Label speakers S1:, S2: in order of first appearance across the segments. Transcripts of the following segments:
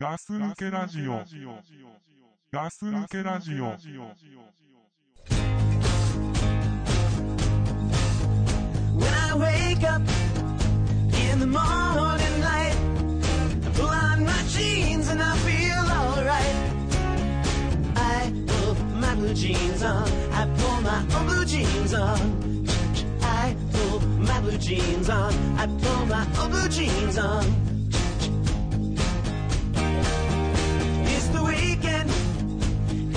S1: ガス抜けラジオ。ガス抜けラジオ。
S2: When I wake up in the morning light, I pull on my jeans and I feel alright. I put my blue jeans on, I pull my old blue jeans on. I pull my blue jeans on, I pull my old blue jeans on. It's the weekend,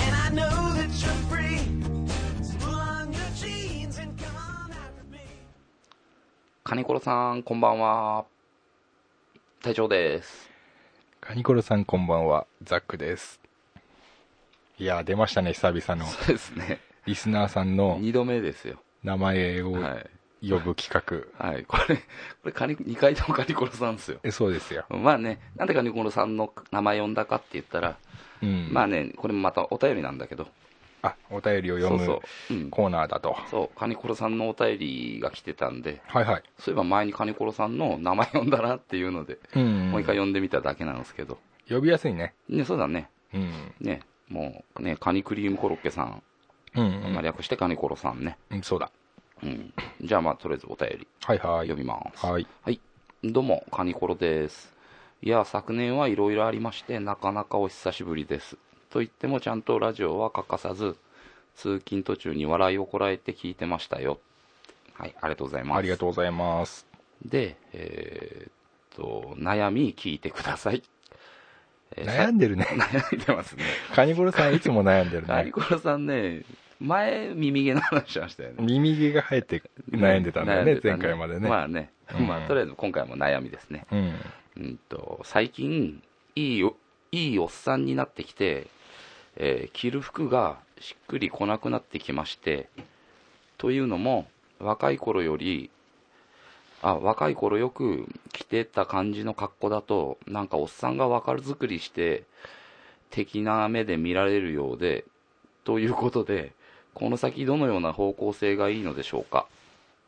S2: and I know that you're free. So pull on your jeans and come on out with me.
S3: 金子さんこんばんは隊長です
S4: カニコロさんこんばんは、ザックです。いやー、出ましたね、久々 の。
S3: そうですね
S4: リスナーさんの
S3: 2度目ですよ
S4: 名前を
S3: はい
S4: 呼ぶ企画。
S3: はいこれこれカニ2回ともカニコロさんですよ
S4: えそうですよ。
S3: まあねなんでカニコロさんの名前呼んだかって言ったら、
S4: うん。
S3: まあねこれもまたお便りなんだけど
S4: あ、お便りを読
S3: そう
S4: む
S3: そう、うん、
S4: コーナーだと。
S3: そうカニコロさんのお便りが来てたんで
S4: はいはい。
S3: そういえば前にカニコロさんの名前呼んだなっていうので、
S4: うん。
S3: もう一回呼んでみただけなんですけど
S4: 呼びやすいね。
S3: ねそうだね
S4: うん。
S3: ねもうねカニクリームコロッケさん、
S4: うん、
S3: まあ略してカニコロさんね
S4: うん。そうだ。
S3: うん、じゃあまあとりあえずお便り
S4: はいはい。
S3: 読みます
S4: はい。
S3: はいどうもカニコロですいや昨年はいろいろありましてなかなかお久しぶりですと言ってもちゃんとラジオは欠かさず通勤途中に笑いをこらえて聞いてましたよはいありがとうございます
S4: ありがとうございます。
S3: でえーっと悩み聞いてください、えー
S4: 悩んでるね。
S3: さ悩んでますね
S4: カニコロさんいつも悩んでる
S3: カニ
S4: ね。
S3: コロさんね前耳毛の話しましたよね
S4: 耳毛が生えて 悩んでたんだよ
S3: 悩
S4: ね
S3: で、た
S4: 前回までね。
S3: まあね、
S4: うん
S3: まあとりあえず今回も悩みですね
S4: うん。
S3: うんと最近いいおいいおっさんになってきて、えー着る服がしっくりこなくなってきましてというのも若い頃よりあ若い頃よく着てた感じの格好だとなんかおっさんが分かる作りして的な目で見られるようでということでこの先どのような方向性がいいのでしょうか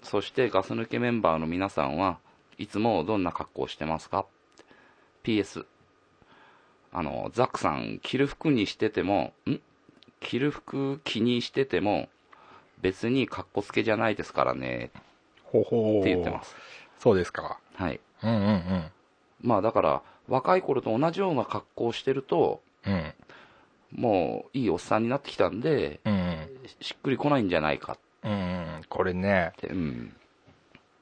S3: そしてガス抜けメンバーの皆さんはいつもどんな格好をしてますか ?PS あのザックさん着る服にしててもん着る服気にしてても別に格好つけじゃないですからね
S4: ほほー
S3: って言ってます
S4: そうですか。
S3: はい
S4: うんうんうん。
S3: まあだから若い頃と同じような格好をしてると
S4: うん。
S3: もういいおっさんになってきたんで
S4: うんうん。
S3: しっくりこないんじゃないかっ
S4: うん、これね、
S3: てうん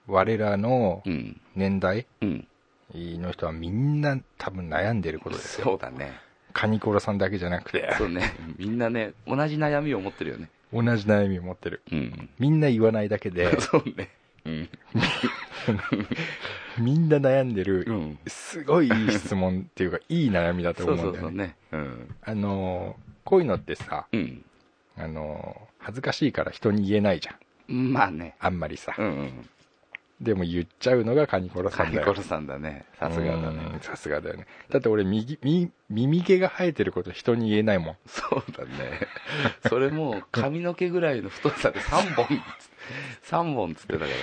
S4: 我らの
S3: うん
S4: 年代
S3: うん
S4: の人はみんな多分悩んでることですよ。
S3: そうだね
S4: カニコロさんだけじゃなくて、
S3: そうねみんなね同じ悩みを持ってるよね
S4: 同じ悩みを持ってる。
S3: うん、
S4: みんな言わないだけ で
S3: そうねうん
S4: みんな悩んで
S3: う
S4: る、
S3: ん
S4: すごいいい質問っていうか、いい悩みだと
S3: そ
S4: 思
S3: うそう
S4: うんだ
S3: そう
S4: よね。
S3: ねうん
S4: あのー、こういうのってさ、
S3: うん
S4: あのー、恥ずかしいから人に言えないじゃん。
S3: まあね
S4: あんまりさ
S3: う。んうん
S4: でも言っちゃうのがカニコロさ
S3: カ
S4: ん
S3: ニ
S4: だよ
S3: コ。ロさんだねさすがだ
S4: う
S3: ね
S4: んさすがだよね。だって俺右、み耳毛が生えてること人に言えないもん。
S3: そうだねそれも髪の毛ぐらいの太さで3本3本つってたからね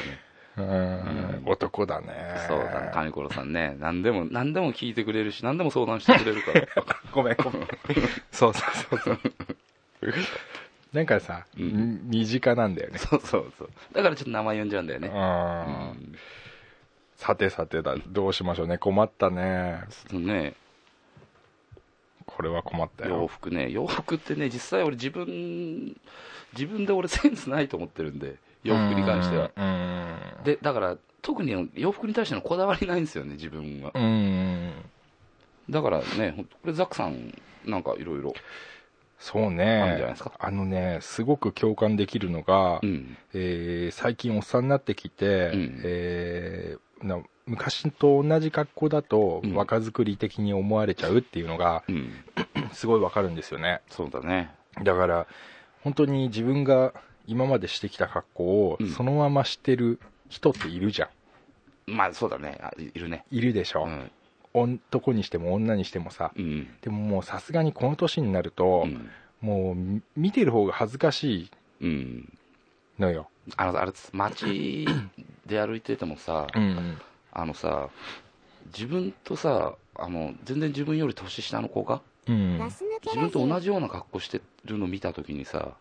S4: うーん男だね
S3: そうだねカニコロさんね何でも何でも聞いてくれるし何でも相談してくれるから
S4: ごめんごめん そうそうそうそうなんかさ、
S3: うん
S4: ん身近なんだよね
S3: そうそうそうだからちょっと名前呼んじゃうんだよ
S4: う
S3: ねう
S4: ーん
S3: ん
S4: さてさてだどうしましょうね困ったね
S3: そうね
S4: これは困った
S3: 洋
S4: よ
S3: 服ね洋服ってね実際俺自分自分で俺センスないと思ってるんで洋服に関しては
S4: うーん
S3: でだから特に洋服に対してのこだわりないんですよね自分は
S4: うーん
S3: だからねほんとこれザックさんなんかいろいろ
S4: そう
S3: あるんじゃない
S4: ね
S3: ですか
S4: あのねすごく共感できるのが、
S3: うん
S4: えー最近おっさんになってきて、
S3: うん
S4: えーな昔と同じ格好だと
S3: うん
S4: 若作り的に思われちゃうっていうのが
S3: うん
S4: すごいわかるんですよね
S3: そうだね
S4: だから本当に自分が今までしてきた格好を
S3: うん
S4: そのまましてる人っているじゃん、
S3: まあそうだねあいいるね
S4: いるでし
S3: う
S4: ょ、
S3: ん
S4: 男にしても女にしてもさ
S3: うん
S4: でももうさすがにこの年になると、
S3: うん
S4: もうみ見てる方が恥ずかしい
S3: うん
S4: のよ、
S3: あのあれ街で歩いててもさ
S4: うん
S3: あのさ自分とさあの全然自分より年下の子が
S4: うん
S5: ガス抜け
S3: 自
S5: ラ
S3: 分
S5: ジ
S3: と
S5: オ
S3: 同じような格好してるの見た時にさ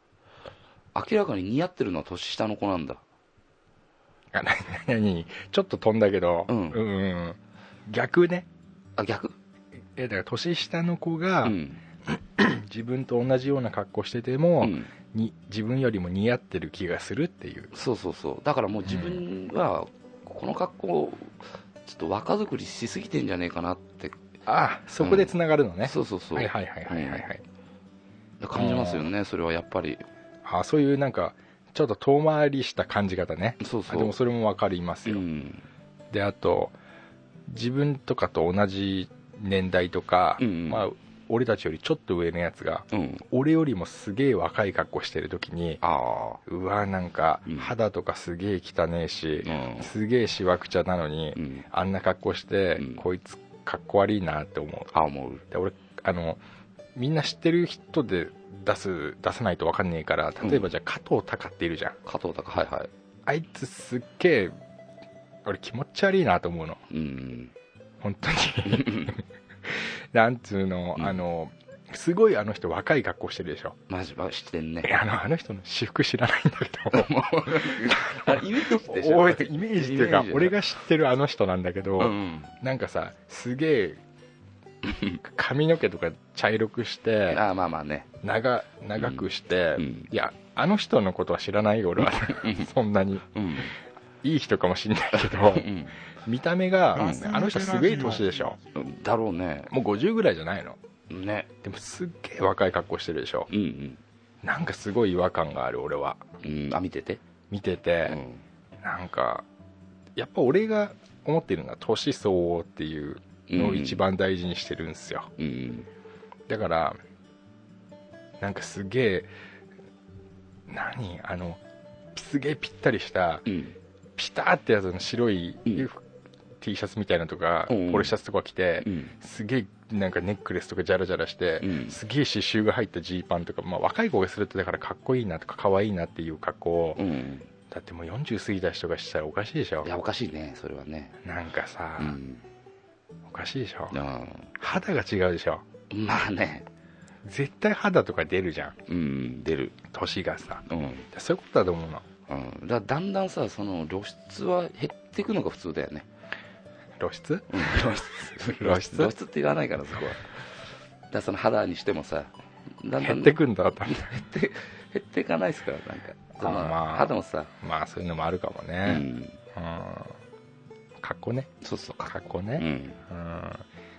S3: 明らかに似合ってるのは年下の子なんだ
S4: あななにちょっと飛んだけど、
S3: うん
S4: うん逆ね
S3: あ逆
S4: えだから年下の子
S3: う
S4: が
S3: ん、
S4: 自分と同じような格好してても、
S3: うん、
S4: に自分よりも似合ってる気がするっていう
S3: そうそうそうだからもう自分はこの格好ちょっと若作りしすぎてんじゃねえかなって、
S4: あそこでつながるのね、
S3: そうそうそう、
S4: はいはいはいはいはいはい、
S3: 感じますよねそれはやっぱり
S4: あそういうなんかちょっと遠回りした感じ方ね
S3: そう
S4: あ
S3: そう
S4: でもそれも分かりますよ、
S3: うん
S4: であと自分とかと同じ年代とか、
S3: うんうん
S4: まあ、俺たちよりちょっと上のやつが
S3: うん
S4: 俺よりもすげえ若い格好してる時に
S3: ああ
S4: うわなんか
S3: うん
S4: 肌とかすげえ汚ねえし
S3: う、ん
S4: すげえしわくちゃなのに、
S3: うん
S4: あんな格好して、
S3: うん
S4: こいつ格好悪いなって思う
S3: あ思う
S4: で俺あのみんな知ってる人で出す出さないと分かんねえから例えばじゃあ加藤隆っているじゃん、
S3: 加藤隆はいは
S4: あいつすっげえ俺気持ち悪いなと思うの
S3: いうん
S4: 本当に なんつうの、
S3: うん
S4: あのすごいあの人若い格好してるでしょ
S3: マジはしてんね
S4: いやあのあの人の私服知らないんだけど
S3: あイメージでしょ
S4: 覚えてイメージっていう
S3: イメー
S4: か
S3: ジだ
S4: 俺が知ってるあの人なんだけど、
S3: うん
S4: なんかさすげえ髪の毛とか茶色く して
S3: あまあまあね
S4: 長長くして、
S3: うん
S4: いやあの人のことは知らないよ俺は そんなに
S3: うん
S4: いい人かもしんないけど見ためが、あの人すげえ年でしょ
S3: うんだろうね
S4: もう50ぐらいじゃないの
S3: ね
S4: でもすっげえ若い格好してるでしょ
S3: うん
S4: なんかすごい違和感がある俺は
S3: うんうんあ見てて
S4: 見て
S3: う
S4: て、
S3: ん
S4: なんかやっぱ俺が思ってるのは年相応っていうのを一番大事にしてるんですよ、
S3: うん
S4: だからなんかすげえ何あのすげえぴったりした
S3: うん
S4: ピターってやつの白い
S3: うん
S4: T シャツみたいなのとか、
S3: うん
S4: ポロシャツとか着て、
S3: うん
S4: すげえなんかネックレスとかジャラジャラして、
S3: うん
S4: すげえ刺繍が入ったジーパンとか、まあ、若い子がするとだからかっこいいなとか可愛いなっていう格好を、
S3: うん
S4: だってもう40過ぎた人がしたらおかしいでしょ
S3: いやおかしいねそれはね
S4: なんかさ、
S3: うん
S4: おかしいでしょ
S3: あ
S4: 肌が違うでしょ
S3: ーまあね
S4: 絶対肌とか出るじゃん
S3: うん出る
S4: 年がさ
S3: うん
S4: そういうことだと思うの
S3: うん、だだんだんさその露出は減っていくのが普通だよね
S4: 露出
S3: 露出
S4: 露出
S3: 露出って言わないからそこはだからその肌にしてもさだんだ
S4: 減
S3: ん
S4: って
S3: 減
S4: くんだと
S3: って減っていかないですからなんかその
S4: あまあ
S3: 肌もさ、
S4: まあそういうのもあるかも
S3: う
S4: ね
S3: ん、
S4: うん、格好ね
S3: そうそうか
S4: 格好ね、
S3: うん、
S4: うん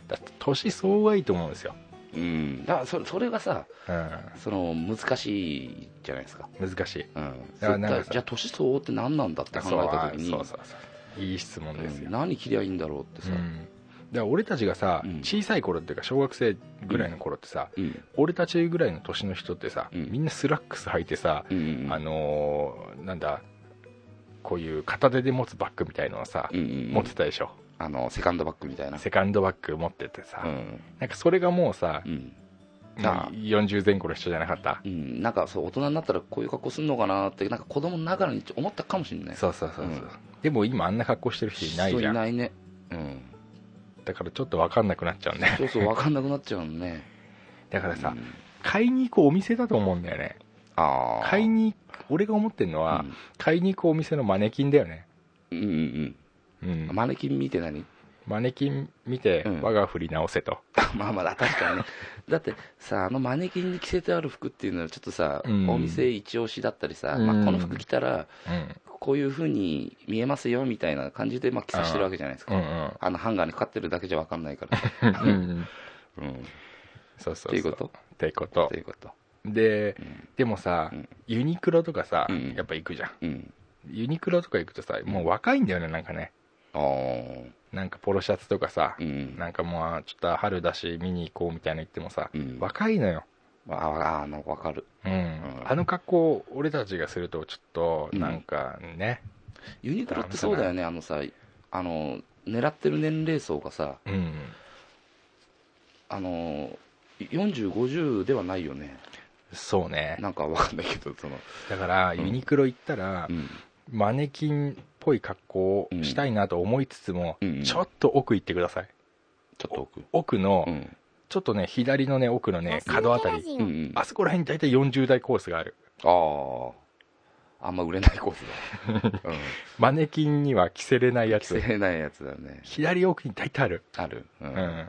S4: だって年相応がいいと思うんですよ、
S3: うん、だからそれそれがさ
S4: う
S3: その難しいじゃないですか,、
S4: ん、難しい
S3: うん、
S4: や
S3: そう
S4: なんかさ
S3: じゃあ年相応って何なんだって考えた時に
S4: そうそうそういい質問です
S3: う
S4: よ、
S3: ん何着りゃいいんだろうって
S4: う
S3: さ、
S4: んだから俺たちがさ、
S3: うん
S4: 小さい頃っていうか小学生ぐらいの頃ってさ、
S3: うん
S4: 俺たちぐらいの年の人ってさ、
S3: うん
S4: みんなスラックス履いてさ、
S3: うん
S4: あのーなんだこういう片手で持つバッグみたいのをさ、
S3: うんうん
S4: 持ってたでしょ
S3: あのセカンドバッグみたいな
S4: セカンドバッグ持っててさ、
S3: うん
S4: なんかそれがもうさ
S3: う、んあ
S4: 40前後の人じゃなかった、
S3: うん、なんかそう大人になったらこういう格好するのかなってなんか子供ながらにちょっと思ったかもしれない
S4: そうそうそう
S3: う
S4: そう、
S3: ん
S4: でも今あんな格好してる人いないじゃ
S3: い
S4: ん
S3: ないねうん
S4: だからちょっと分かんなくなっちゃうんだよ
S3: そうそう分かんなくなっちゃうのね
S4: だからさ、
S3: うん
S4: 買いに行くお店だと思うんだよね
S3: ああ
S4: 買いに俺が思ってるのは、買いに行くお店のマネキンだよね、
S3: うんうんうん
S4: うん
S3: マネキン見て何
S4: マネキン見て
S3: うん
S4: 我が振り直せと、
S3: まあまあ確か にねだってさあのマネキンに着せてある服っていうのはちょっとさ、
S4: うん
S3: お店一押しだったりさ、
S4: うん
S3: まあ、この服着たら
S4: うん
S3: こういうふうに見えますよみたいな感じでまあ着させてるわけじゃないですか、
S4: うん
S3: あのハンガーにかかってるだけじゃ分かんないから、
S4: うんうん
S3: うん、っ
S4: そうそうそう
S3: ていうこと
S4: っていうこと
S3: ということ
S4: で
S3: うん
S4: でもさ、
S3: うん
S4: ユニクロとかさ、
S3: うん
S4: やっぱ行くじゃん
S3: うん
S4: ユニクロとか行くとさもう若いんだよねなんかね
S3: ああ
S4: なんかポロシャツとかさ、
S3: うん
S4: なんかもうちょっと春だし見に行こうみたいな言ってもさ、
S3: うん
S4: 若いのよ
S3: あああなんかわかる
S4: うん、
S3: ん
S4: あの格好俺たちがするとちょっと
S3: うん
S4: なんかね
S3: ユニクロってそうだよねあのさあの狙ってる年齢層がさ
S4: うん、
S3: あの4050ではないよね
S4: そうね
S3: なんかわかんないけどその
S4: だから
S3: ん
S4: ユニクロ行ったら、
S3: うん
S4: マネキンぽい格好をしたいなと思いつつも、
S3: うんうん
S4: ちょっと奥行ってください
S3: ちょっと奥
S4: 奥の、
S3: うん
S4: ちょっとね左のね奥のね角あたり
S3: うんうん
S4: あそこら辺に大体40代コースがある
S3: あああんま売れないコースだ うん
S4: マネキンには着せれないや
S3: 着
S4: つ
S3: せれないやつだね
S4: 左奥に大体ある、
S3: あるう
S4: うんん、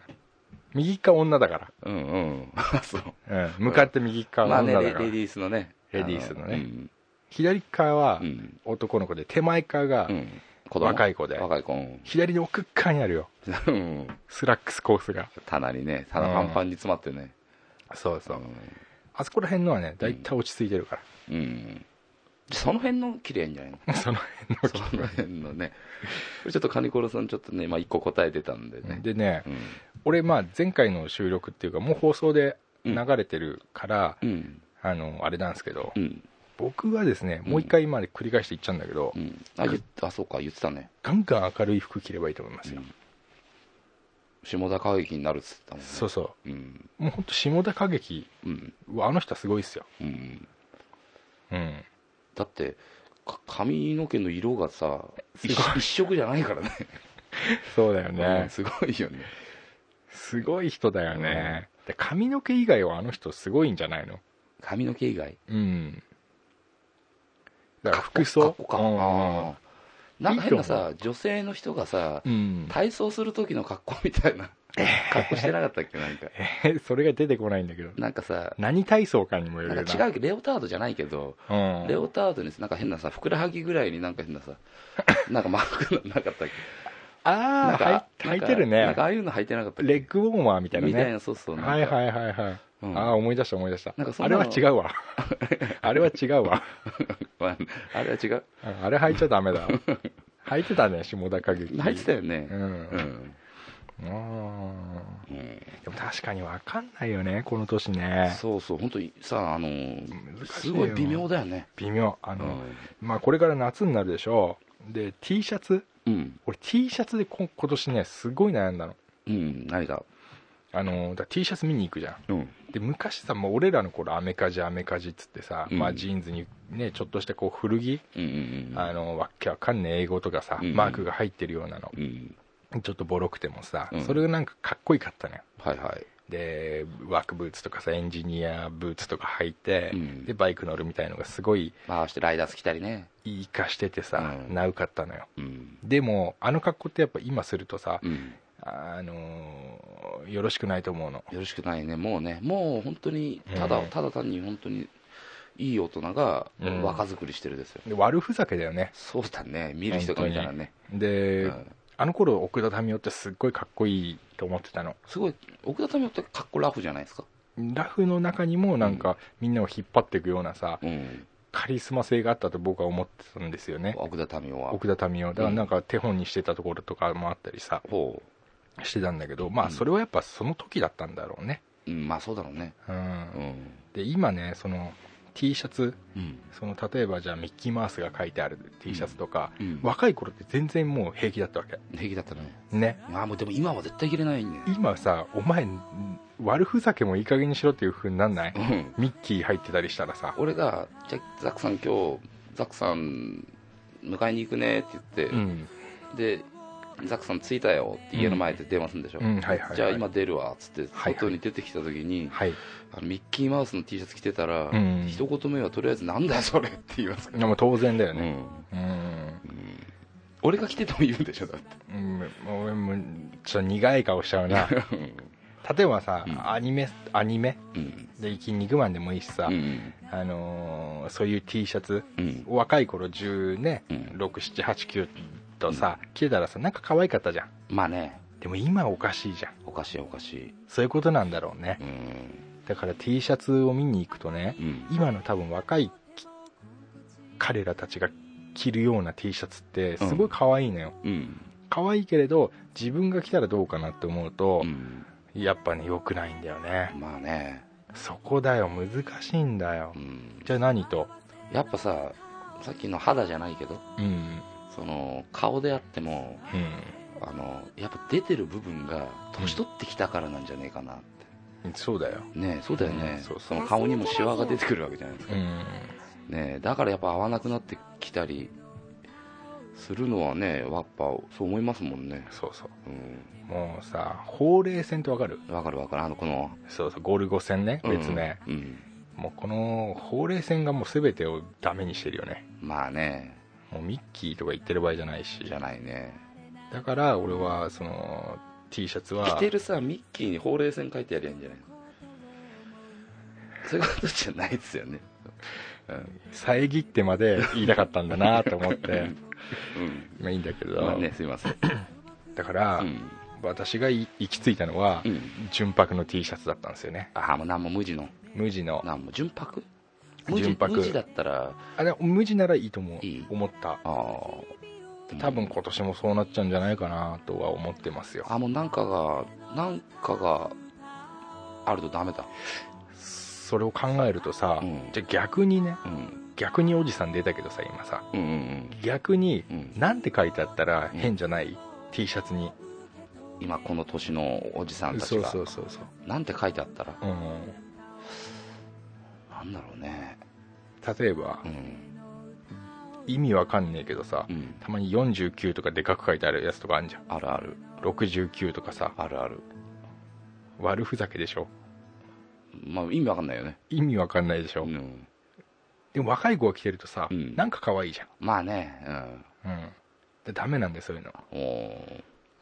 S4: 右か女だか
S3: うんうん あそう
S4: ら、うん、向かって右か
S3: まあね
S4: 女だ
S3: レレ
S4: から、
S3: ディースのね
S4: レディースのね
S3: あうん
S4: 左側は
S3: うん
S4: 男の子で手前側が
S3: うん子供
S4: 若い子で、
S3: 若い子うん
S4: 左の奥側にあるよ
S3: うん
S4: スラックスコースが
S3: 棚にね棚パンパンに詰まってるね
S4: そうそううんあそこら辺のはね大体落ち着いてるから、
S3: うんその辺の綺麗いんじゃない の
S4: その
S3: そ
S4: 辺の
S3: の辺のねこれちょっとカニコロさんちょっとねまあ一個答え出たんでね
S4: でね
S3: うん
S4: 俺まあ前回の収録っていうかもう放送で流れてるから、
S3: うん
S4: あのあれなんですけど
S3: うん
S4: 僕はですねもう一回今まで繰り返していっちゃうんだけど、
S3: うんあ言っあそうか言ってたね
S4: ガンガン明るい服着ればいいと思いますよ、
S3: 下田歌劇になるっつったもんね
S4: そうそ
S3: うん
S4: うもうほんと下田歌劇
S3: うん
S4: はあの人はすごいっすよ
S3: うん
S4: うん
S3: だってか髪の毛の色がさ
S4: すごい
S3: 一一色じゃないからね
S4: そうだよ
S3: うん
S4: ね
S3: すごいよね
S4: すごい人だよね、で髪の毛以外はあの人すごいんじゃないの
S3: 髪の毛以外
S4: うんだから
S3: かっこ
S4: 服装
S3: かっこか
S4: うん
S3: あーなんか変ない
S4: いと
S3: さ女性の人がさ
S4: うん、
S3: 体操する時の格好みたいな格好してなかったっけなんか
S4: えそれが出てこないんだけど
S3: なんかさ
S4: 何体操かにもよる
S3: な
S4: よ
S3: んか違うけどレオタードじゃないけど
S4: うん、
S3: レオタードになんか変なさふくらはぎぐらいになんか変な さなんかマークなかったっけ
S4: あ
S3: なん
S4: あ
S3: か
S4: 履いて
S3: な
S4: る
S3: ん
S4: ね
S3: かああいうの履いてなかったっけ
S4: レッグウォーマーみたいな
S3: みたい
S4: ね
S3: なそうそうなんか
S4: はいはいはいはい、
S3: うん
S4: ああ思い出した思い出した
S3: なんかそん
S4: あ
S3: な
S4: れ
S3: の
S4: は違うわ あれは違うわ
S3: まああれは違う
S4: うんあれ履いちゃダメ だ履いてたね下田歌劇
S3: 入ってたよね
S4: うん、
S3: うん、
S4: うん
S3: うん
S4: でも確かに分かんないよねこの年ね
S3: そうそう本当にさあの
S4: 難しいよ
S3: すごい微妙だよね
S4: 微妙あ
S3: う
S4: の、
S3: ん、
S4: まあこれから夏になるでしょうで T シャツ
S3: うん
S4: 俺 T シャツでこ今年ねすごい悩んだの
S3: うん、何か
S4: あのだから T シャツ見に行くじゃん
S3: うん
S4: で昔さもう俺らの頃アメカジアメカジっつってさ、
S3: うん
S4: まあ、ジーンズにねちょっとしたこう古着、
S3: うんうんうん
S4: あのわっけわかんねえ英語とかさ、
S3: うん
S4: マークが入ってるようなの
S3: うん
S4: ちょっとボロくてもさ、
S3: うん
S4: それがなんかかっこよかったね
S3: はいはい
S4: でワークブーツとかさエンジニアブーツとか履いて、
S3: うん
S4: でバイク乗るみたいのがすごい
S3: 回してライダース着たりね
S4: いい化しててさ、
S3: うん
S4: なうかったのよ
S3: うん
S4: でもあの格好ってやっぱ今するとさ、
S3: うん
S4: あのーよろしくないと思うの
S3: よろしくないねもうねもう本当にただ、
S4: うん
S3: ただ単に本当にいい大人が
S4: うん
S3: 若作りしてるですよ、
S4: で悪ふざけだよね
S3: そうだね見る人が見たらね、
S4: で、
S3: うん
S4: あの頃奥田民生ってすっごいかっこいいと思ってたの
S3: すごい奥田民生ってかっこラフじゃないですか
S4: ラフの中にもなんかみんなを引っ張っていくようなさ
S3: うん
S4: カリスマ性があったと僕は思ってたんですよね
S3: 奥田民生は
S4: 奥田民生だからなんか手本にしてたところとかもあったりさ
S3: ほ
S4: してたんだけどま
S3: う
S4: あ
S3: ん
S4: それはやっぱその時だったんだろうね
S3: う、うん、まあそうだろうね
S4: うん、
S3: うん、
S4: で今ねその T シャツ
S3: うん
S4: その例えばじゃあミッキーマウスが書いてある T シャツとか、
S3: うん、
S4: 若い頃って全然もう平気だったわけ
S3: 平気だったね
S4: ね
S3: ああもうでも今は絶対着れないね
S4: 今さお前悪ふざけもいい加減にしろっていう風になんない
S3: うん
S4: ミッキー入ってたりしたらさ
S3: 俺が「じゃあザックさん今日ザックさん迎えに行くね」って言って、
S4: ん
S3: で「ザックさん着いたよ」って家の前で電話するんでしょ、
S4: うんはいはいはい
S3: じゃあ今出るわっつって
S4: はい
S3: 外に出てきた時に、
S4: はい
S3: あのミッキーマウスの T シャツ着てたら、
S4: うん
S3: 一言目はとりあえず「なんだよそれ」って言いますか
S4: でも当然だよ
S3: ら、
S4: ねうん、
S3: 俺が着てても言うんでしょだって
S4: うん俺もちょっと苦い顔しちゃうな例えばさ、
S3: うん
S4: アニメアニメ
S3: うん
S4: で生き肉マンでもいいしさ、
S3: うん
S4: あのーそういう T シャツ
S3: うん
S4: 若い頃10ね、
S3: うん
S4: 6789とさ、着てたらさなんか可愛かったじゃん
S3: まあね
S4: でも今おかしいじゃん
S3: おかしいおかしい
S4: そういうことなんだろうね
S3: うん
S4: だから T シャツを見に行くとね
S3: うん
S4: 今の多分若いき彼らたちが着るような T シャツってすごい可愛いのよ、
S3: うん
S4: 可愛いけれど自分が着たらどうかなって思うと
S3: う、ん
S4: やっぱね良くないんだよね
S3: まあね
S4: そこだよ難しいんだよ、
S3: うん
S4: じゃあ何と
S3: やっぱささっきの肌じゃないけど
S4: うん
S3: その顔であってもあのやっぱ出てる部分が年取ってきたからなんじゃねえかなって
S4: うんそうだよ
S3: ねえそうだよね、
S4: うんそうそう
S3: その顔にもシワが出てくるわけじゃないですか、
S4: うん
S3: ねえだからやっぱ合わなくなってきたりするのはねやっぱそう思いますもんね
S4: そうそううもうさ法令線ってわかる
S3: んわかるわかるあのこの
S4: そうそうゴルゴ線ね別ね、
S3: うんうん
S4: もうこの法令線がもう全てをダメにしてるよね
S3: まあね
S4: もうミッキーとか言ってる場合じゃないし
S3: じゃないね
S4: だから俺はその T シャツは
S3: 着てるさミッキーにほうれい線書いてやりゃいいんじゃないのそういうことじゃないですよねうん
S4: 遮ってまで言いたかったんだなと思って
S3: うん
S4: まあいいんだけど、
S3: まあねすいません
S4: だから、
S3: うん
S4: 私がい行き着いたのは、
S3: うん
S4: 純白の T シャツだったんですよね
S3: ああもう何も無地の
S4: 無地の
S3: 何も純白無地
S4: 純白
S3: 無地だったら
S4: あでも無地ならいいと思う
S3: いい
S4: 思った
S3: ああ
S4: 多分今年もそうなっちゃうんじゃないかなとは思ってますよ
S3: あもうなんかがなんかがあるとダメだ
S4: それを考えるとさ、
S3: うん
S4: じゃあ逆にね
S3: うん
S4: 逆におじさん出たけどさ今さ
S3: うんうん
S4: 逆に
S3: うんうん
S4: なんて書いてあったら
S3: うん
S4: 変じゃない、T シャツに
S3: 今この年のおじさんたち
S4: そう
S3: が
S4: そうそうそう
S3: なんて書いてあったら
S4: うん
S3: なんだろうね
S4: 例えば
S3: うん
S4: 意味わかんねえけどさ
S3: うん
S4: たまに49とかでかく書いてあるやつとかあるじゃん
S3: あるある
S4: 69とかさ
S3: あるある
S4: 悪ふざけでしょ
S3: まあ意味わかんないよね
S4: 意味わかんないでしょ、
S3: うん
S4: でも若い子が着てるとさ、
S3: うん
S4: なんか可愛いじゃん
S3: まあね
S4: うんでダメなんだよそういうの
S3: うんお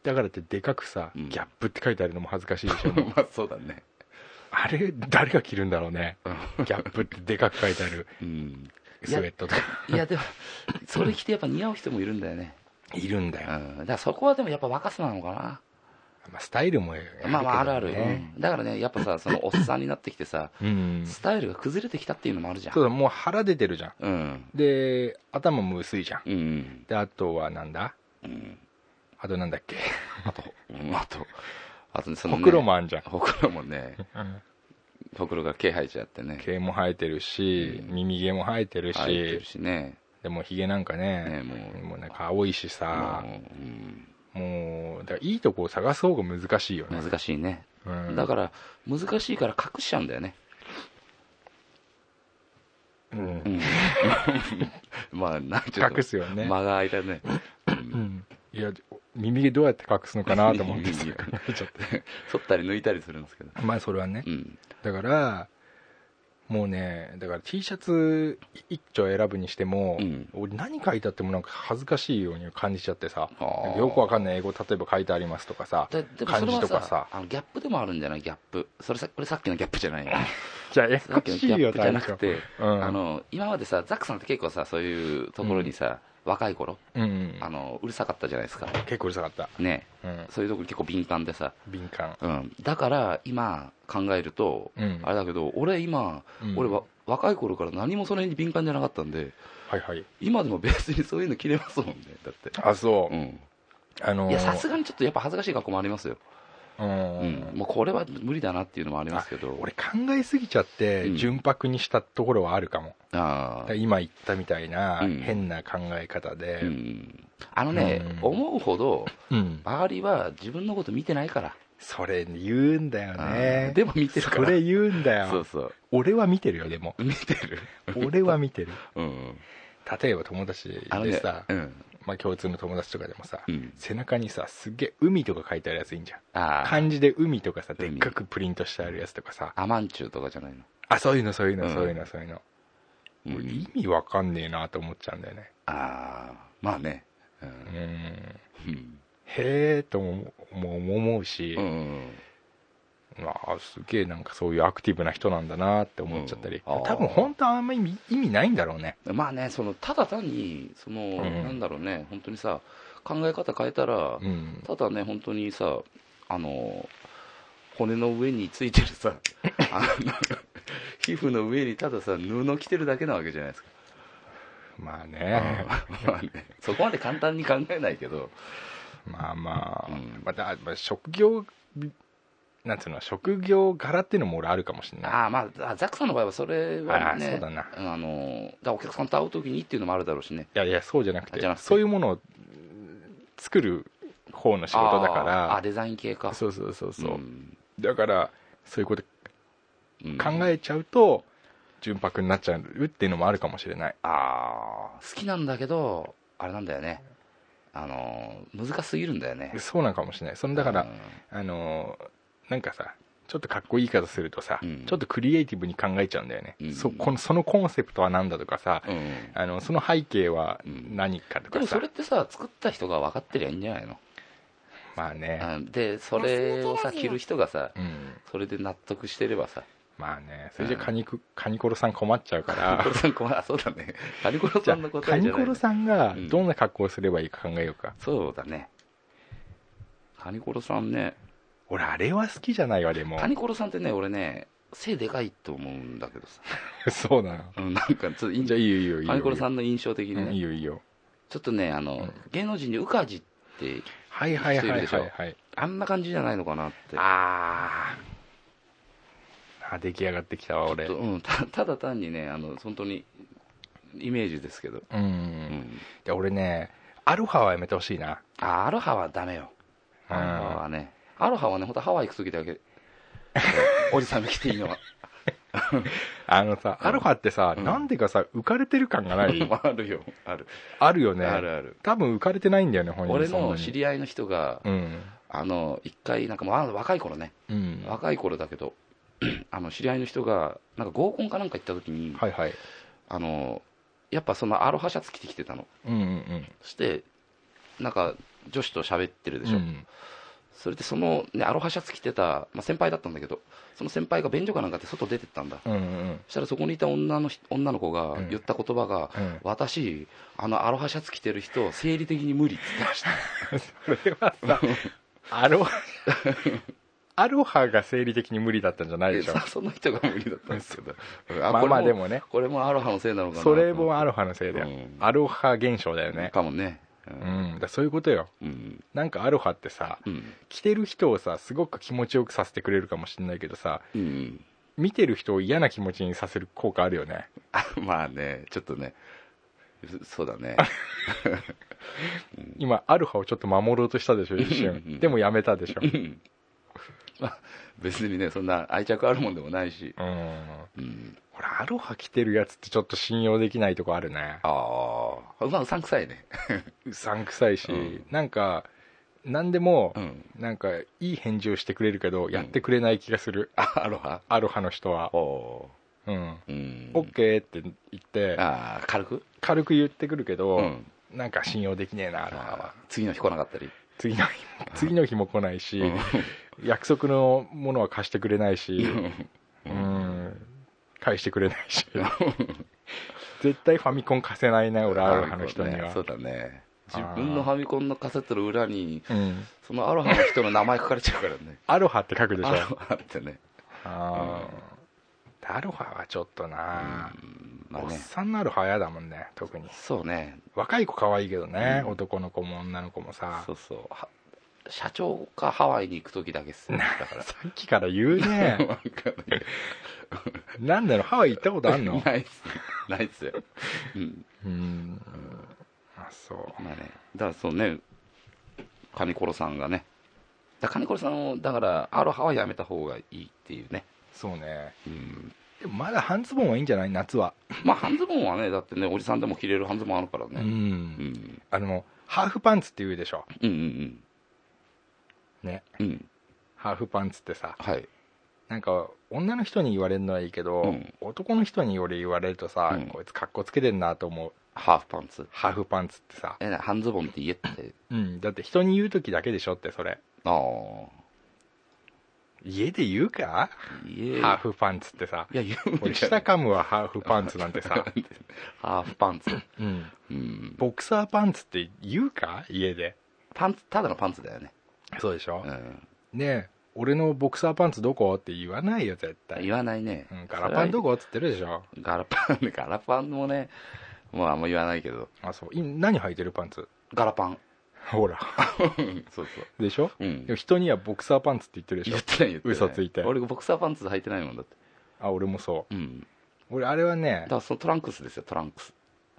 S4: だからってでかくさ、
S3: うん
S4: ギャップって書いてあるのも恥ずかしいでしょ
S3: まあそうだね
S4: あれ誰が着るんだろうね
S3: う
S4: ギャップってでかく書いてある
S3: うん
S4: スウェットとか
S3: いやでもそれ着てやっぱ似合う人もいるんだよね
S4: いるんだ
S3: う
S4: よ、
S3: んだからそこはでもやっぱ若さなのかな
S4: まあ、スタイルもやけどね
S3: まあまああるある、うんだからねやっぱさそのおっさんになってきてさ
S4: うん
S3: スタイルが崩れてきたっていうのもあるじゃん
S4: そうだもう腹出てるじゃん
S3: うん
S4: で頭も薄いじゃん
S3: うん
S4: であとはなんだ
S3: うん
S4: あとなんだっけ
S3: あと、うんあとあとねその
S4: ほ
S3: ね
S4: くろもあんじゃん、
S3: ほくろもねほくろが毛生えちゃってね
S4: 毛も生えてるし、
S3: うん
S4: 耳毛も生えてるし
S3: 生えてるしね
S4: でもひげなんか
S3: ね
S4: ね
S3: もう
S4: もうなんか青いしさ、
S3: うん
S4: もうだからいいとこを探す方が難しいよね、
S3: 難しいね
S4: うん
S3: だから難しいから隠しちゃうんだよね
S4: うん
S3: うんまあなんちょっと
S4: 隠すよね、
S3: 間が空いたね
S4: うんいや耳毛どうやって隠すのかなと思って さ
S3: いやいや
S4: 考えちゃって
S3: 剃ったり抜いたりするんですけど
S4: まあそれはね
S3: うん
S4: だからもうねだから T シャツ一丁選ぶにしても、
S3: うん
S4: 俺何書いてあってもなんか恥ずかしいように感じちゃってさ
S3: あー
S4: よくわかんない英語例えば書いてありますとかさ
S3: だでもそ
S4: 漢
S3: れ
S4: 字
S3: は
S4: とか
S3: さ
S4: さ
S3: あのギャップでもあるんじゃないギャップそれさこれさっきのギャップじゃないよ
S4: じゃあや
S3: さ
S4: か
S3: っきの
S4: し
S3: ギ
S4: い
S3: ャ
S4: よ
S3: ップじゃ
S4: 大
S3: な
S4: 将
S3: くて、
S4: うん
S3: あの今までさザックさんって結構さそういうところにさ、若い頃
S4: うん
S3: あのうるさかったじゃないですか
S4: 結構うるさかった、
S3: ね
S4: うん、
S3: そういうところ結構敏感でさ、
S4: 敏感
S3: うん、だから今考えると、
S4: うん
S3: あれだけど俺今、
S4: うん
S3: 俺は若い頃から何もそれに敏感じゃなかったんで
S4: はいはい
S3: 今でも別にそういうの着れますもんねだって
S4: あそう、
S3: うん
S4: あのー
S3: いやさすがにちょっとやっぱ恥ずかしい格好もありますよ、
S4: うん、
S3: うんもうこれは無理だなっていうのもありますけど
S4: 俺考えすぎちゃって、
S3: うん
S4: 純白にしたところはあるかも
S3: あ
S4: だか
S3: ー
S4: ら今言ったみたいな
S3: うん
S4: 変な考え方で、
S3: うんあのね、
S4: うん
S3: 思うほど
S4: うん
S3: 周りは自分のこと見てないから、
S4: それ言うんだよ
S3: う
S4: ね
S3: んでも見てるから
S4: それ言うんだよ
S3: そうそう
S4: 俺は見てるよでも
S3: 見てる
S4: 俺は見てる
S3: うん
S4: 例えば友達
S3: あの
S4: で
S3: ね
S4: さ、
S3: うん
S4: まあ、共通の友達とかでもさ、
S3: うん
S4: 背中にさすげえ海とか書いてあるやついいんじゃん
S3: あー
S4: 漢字で海とかさで
S3: 海
S4: っかくプリントしてあるやつとかさ
S3: アマンチュとかじゃないの、
S4: あそういうのそういうの、
S3: うん
S4: そういうのそういうの、
S3: うん
S4: 俺意味わかんねえなと思っちゃうんだよね
S3: ああまあねう
S4: うんへ
S3: ん
S4: えとももう思うし、
S3: うんうん
S4: まあすげえなんかそういうアクティブな人なんだなって思っちゃったり、
S3: うんあー
S4: 多分本当はあんまり意味意味ないんだろうね
S3: まあねそのただ単にその、
S4: ん
S3: なんだろうね本当にさ考え方変えたら、
S4: うん
S3: ただね本当にさあの骨の上についてる さあの皮膚の上にたださ布着てるだけなわけじゃないですか、
S4: まあね、
S3: まあね、そこまで簡単に考えないけど
S4: まあまあ、
S3: うん
S4: またまあ職業なんつうの職業柄っていうのも俺あるかもしれない
S3: ああまああザックさんの場合はそれはね
S4: あーそうだなん
S3: あのだからお客さんと会う時にっていうのもあるだろうしね
S4: いやいやそうじゃなくて
S3: じゃなくて
S4: そういうものを作る方の仕事だか
S3: あーあ
S4: ら
S3: デザイン系か
S4: そうそうそうそう、
S3: ん
S4: だからそういうこと
S3: うん
S4: 考えちゃうと純白になっちゃうっていうのもあるかもしれない
S3: ああ好きなんだけどあれなんだよねあのー難しすぎるんだよね
S4: そうなんかもしれないそのだから、
S3: うん
S4: あのーなんかさちょっとかっこいい言い方するとさ、
S3: うん
S4: ちょっとクリエイティブに考えちゃうんだよね、
S3: うん
S4: そこのそのコンセプトは何だとかさ、
S3: うん
S4: あのその背景は
S3: うん
S4: 何かと
S3: で
S4: か
S3: も
S4: さ、
S3: それってさ作った人が分かってりゃいいんじゃないの
S4: まあね、
S3: うんでそれをさ着る人がさ
S4: うん、
S3: それで納得してればさ
S4: まあねそれじゃカニクカニコロさん困っちゃうか
S3: カニコ
S4: ら
S3: ロさん困るあそうだねカニコロ
S4: じ
S3: さ
S4: ゃ
S3: んの
S4: あ
S3: 答
S4: カ
S3: えじゃ
S4: ニコ
S3: ない
S4: ロさんが
S3: うん
S4: どんな格好をすればいいか考えようか、
S3: そうだねカニコロさんね
S4: 俺あれは好きじゃないわでも
S3: カニコロさんってね俺ね背でかいと思うんだけどさ、
S4: そうなの
S3: うん、なんかちょっといいん
S4: じゃあいいよいいよいいよ
S3: カニコロさんの印象的にね、
S4: うんいいよいいよ
S3: ちょっとねあの、芸能人にウカジって
S4: はいはいはいはいはい
S3: あんな感じじゃないのかなって
S4: あーあ出来上がってきたわ俺
S3: ちょっとうん、た ただ単にねあの本当にイメージですけど、
S4: うん、
S3: うん、
S4: で俺ねアロハはやめてほしいな
S3: あアロハはダメよ
S4: うん
S3: アロハはねアロハはね本当ハワイ行く時だ けおじさんが着ていいのは
S4: あのさ、
S3: うん
S4: アロハってさ、
S3: うん
S4: なんでかさ浮かれてる感がない
S3: あるよある、
S4: あるよね
S3: あるある
S4: 多分浮かれてないんだよね本人
S3: 俺
S4: そんな
S3: の
S4: に
S3: 知り合いの人が、
S4: うん
S3: あの一回なんかまあ若い頃ね
S4: うんは
S3: 若い頃だけど あの知り合いの人がなんか合コンかなんか行った時に、
S4: いはい
S3: あのやっぱそのアロハシャツ着てきてたの
S4: うんうんうん
S3: そしてなんか女子と喋ってるでしょ、
S4: うん
S3: それでその、ね、アロハシャツ着てた、まあ、先輩だったんだけどその先輩が便所かなんかで外出てったんだ
S4: うんうん
S3: そしたらそこにいた女の人女の子が
S4: うん
S3: 言った言葉が「
S4: うん
S3: 私あのアロハシャツ着てる人生理的に無理」っつってました
S4: それはさアロハアロハが生理的に無理だったんじゃないでしょ
S3: そ その人が無理だったんですけどあ
S4: まあ
S3: これ
S4: まあでもね
S3: これもアロハのせいなのかな
S4: それもアロハのせいだよ、
S3: うん
S4: アロハ現象だよね
S3: かもねう
S4: うんんだからそういうことよ
S3: うん
S4: なんかアロハってさ
S3: うん
S4: 着てる人をさすごく気持ちよくさせてくれるかもしれないけどさ
S3: うん
S4: 見てる人を嫌な気持ちにさせる効果あるよね
S3: あまあねちょっとねそそうだね
S4: 今アルファをちょっと守ろうとしたでしょ一
S3: うん
S4: 瞬でもやめたでしょう
S3: 別にねそんな愛着あるもんでもないし、
S4: ん
S3: うん、
S4: ほらアロハ着てるやつってちょっと信用できないとこあるね
S3: ああまあうさんくさいね
S4: うさんくさいし、
S3: うん
S4: なんか何でも、
S3: うん
S4: なんかいい返事をしてくれるけどやってくれない気がする、
S3: あアロハ
S4: アロハの人は
S3: おお
S4: うん
S3: ーうん
S4: オッケーって言って
S3: ああ軽く
S4: 軽く言ってくるけど、
S3: うん
S4: なんか信用できねえなアロハ
S3: あ
S4: は
S3: ー次の日来なかったり
S4: 次の日も次の日も来ないし、
S3: うん
S4: 約束のものは貸してくれないし、う
S3: うん
S4: ん、返してくれないし絶対ファミコン貸せないな俺アロハの人に は、
S3: そうだね自分のファミコンのカセットの裏に
S4: うん、
S3: そのアロハの人の名前書かれちゃうからね
S4: アロハって書くでしょ
S3: アロハってね
S4: あーアロハはちょっとな、
S3: うんまあ
S4: おっ
S3: ね
S4: さんのアロハは嫌だもんね特に
S3: そうね
S4: 若い子可愛いけどね、
S3: うん
S4: 男の子も女の子もさ
S3: そうそうは社長かハワイに行く時だけっすねだ から
S4: さっきから言うね
S3: わかんない
S4: なんだろうハワイ行ったことあんの
S3: ないっすないっすよ、うん、
S4: うんあそう
S3: まあねだからそうねカニコロさんがねだからカニコロさんをだからアロハはやめた方がいいっていうね、
S4: そうね
S3: うん、
S4: でもまだ半ズボンはいいんじゃない夏は
S3: まあ半ズボンはねだってねおじさんでも着れる半ズボンあるから
S4: う
S3: ね、うんん、
S4: あのハーフパンツって言うでしょ
S3: うんうん
S4: ね
S3: うんうん
S4: ハーフパンツってさ
S3: はい
S4: なんか女の人に言われるのはいいけど、
S3: うん
S4: 男の人に俺言われるとさ、
S3: うん
S4: こいつかっこつけてんなと思う
S3: ハーフパンツ
S4: ハーフパンツってさ、
S3: えな半ズボンって言えって
S4: うん、だって人に言う時だけでしょってそれ
S3: ああ
S4: 家で言うか、
S3: 言え
S4: ハーフパンツってさ
S3: いや言うん
S4: 俺
S3: じゃ
S4: 下
S3: ない
S4: カムはハーフパンツなんてさ、
S3: ハーフパンツ
S4: うん、
S3: うん
S4: ボクサーパンツって言うか家で
S3: パンツただのパンツだよね
S4: そうでしょ
S3: う、ん
S4: ねえ俺のボクサーパンツどこって言わないよ絶対
S3: 言わないね
S4: うん、ガラパンどこっつってるでしょ
S3: ガラパン、 ガラパンもね、もうあんま言わないけど、
S4: あそうい何履いてるパンツ
S3: ガラパン。
S4: ほら
S3: そうそう。
S4: でしょ、
S3: うん
S4: でも人にはボクサーパンツって言ってるでしょ
S3: 言ってない言ってない。
S4: 嘘ついて
S3: 俺ボクサーパンツ履いてないもんだって。
S4: あ俺もそ
S3: うん。
S4: う俺あれはね
S3: だからそのトランクスですよ、トランクス。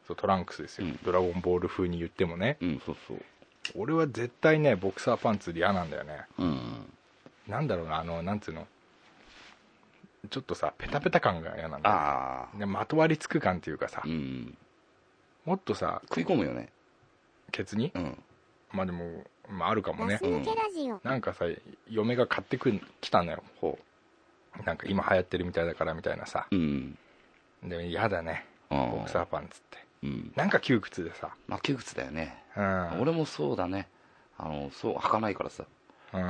S4: そうトランクスですよ、
S3: うん
S4: ドラゴンボール風に言ってもね
S3: うん、そうそう。
S4: 俺は絶対ねボクサーパンツで嫌なんだよね
S3: うん。
S4: なんだろうなあのなんつうのちょっとさペタペタ感が嫌なんだよ
S3: ああ。
S4: でまとわりつく感っていうかさ、
S3: うん。
S4: もっとさ
S3: 食い込むよね。
S4: ケツに
S3: うん。
S4: まあでも、まあ、あるかも
S5: ガ
S4: ね
S5: ス抜けラジオ。
S4: なんかさ嫁が買ってくん来たのよ
S3: ほ
S4: なんか今流行ってるみたいだからみたいなさ
S3: ううん
S4: で嫌だね
S3: うん
S4: ボクサーパンツって
S3: うん
S4: なんか窮屈でさ
S3: まあ窮屈だよね
S4: うん、
S3: 俺もそうだねあのそう履かないからさ
S4: うん
S3: ん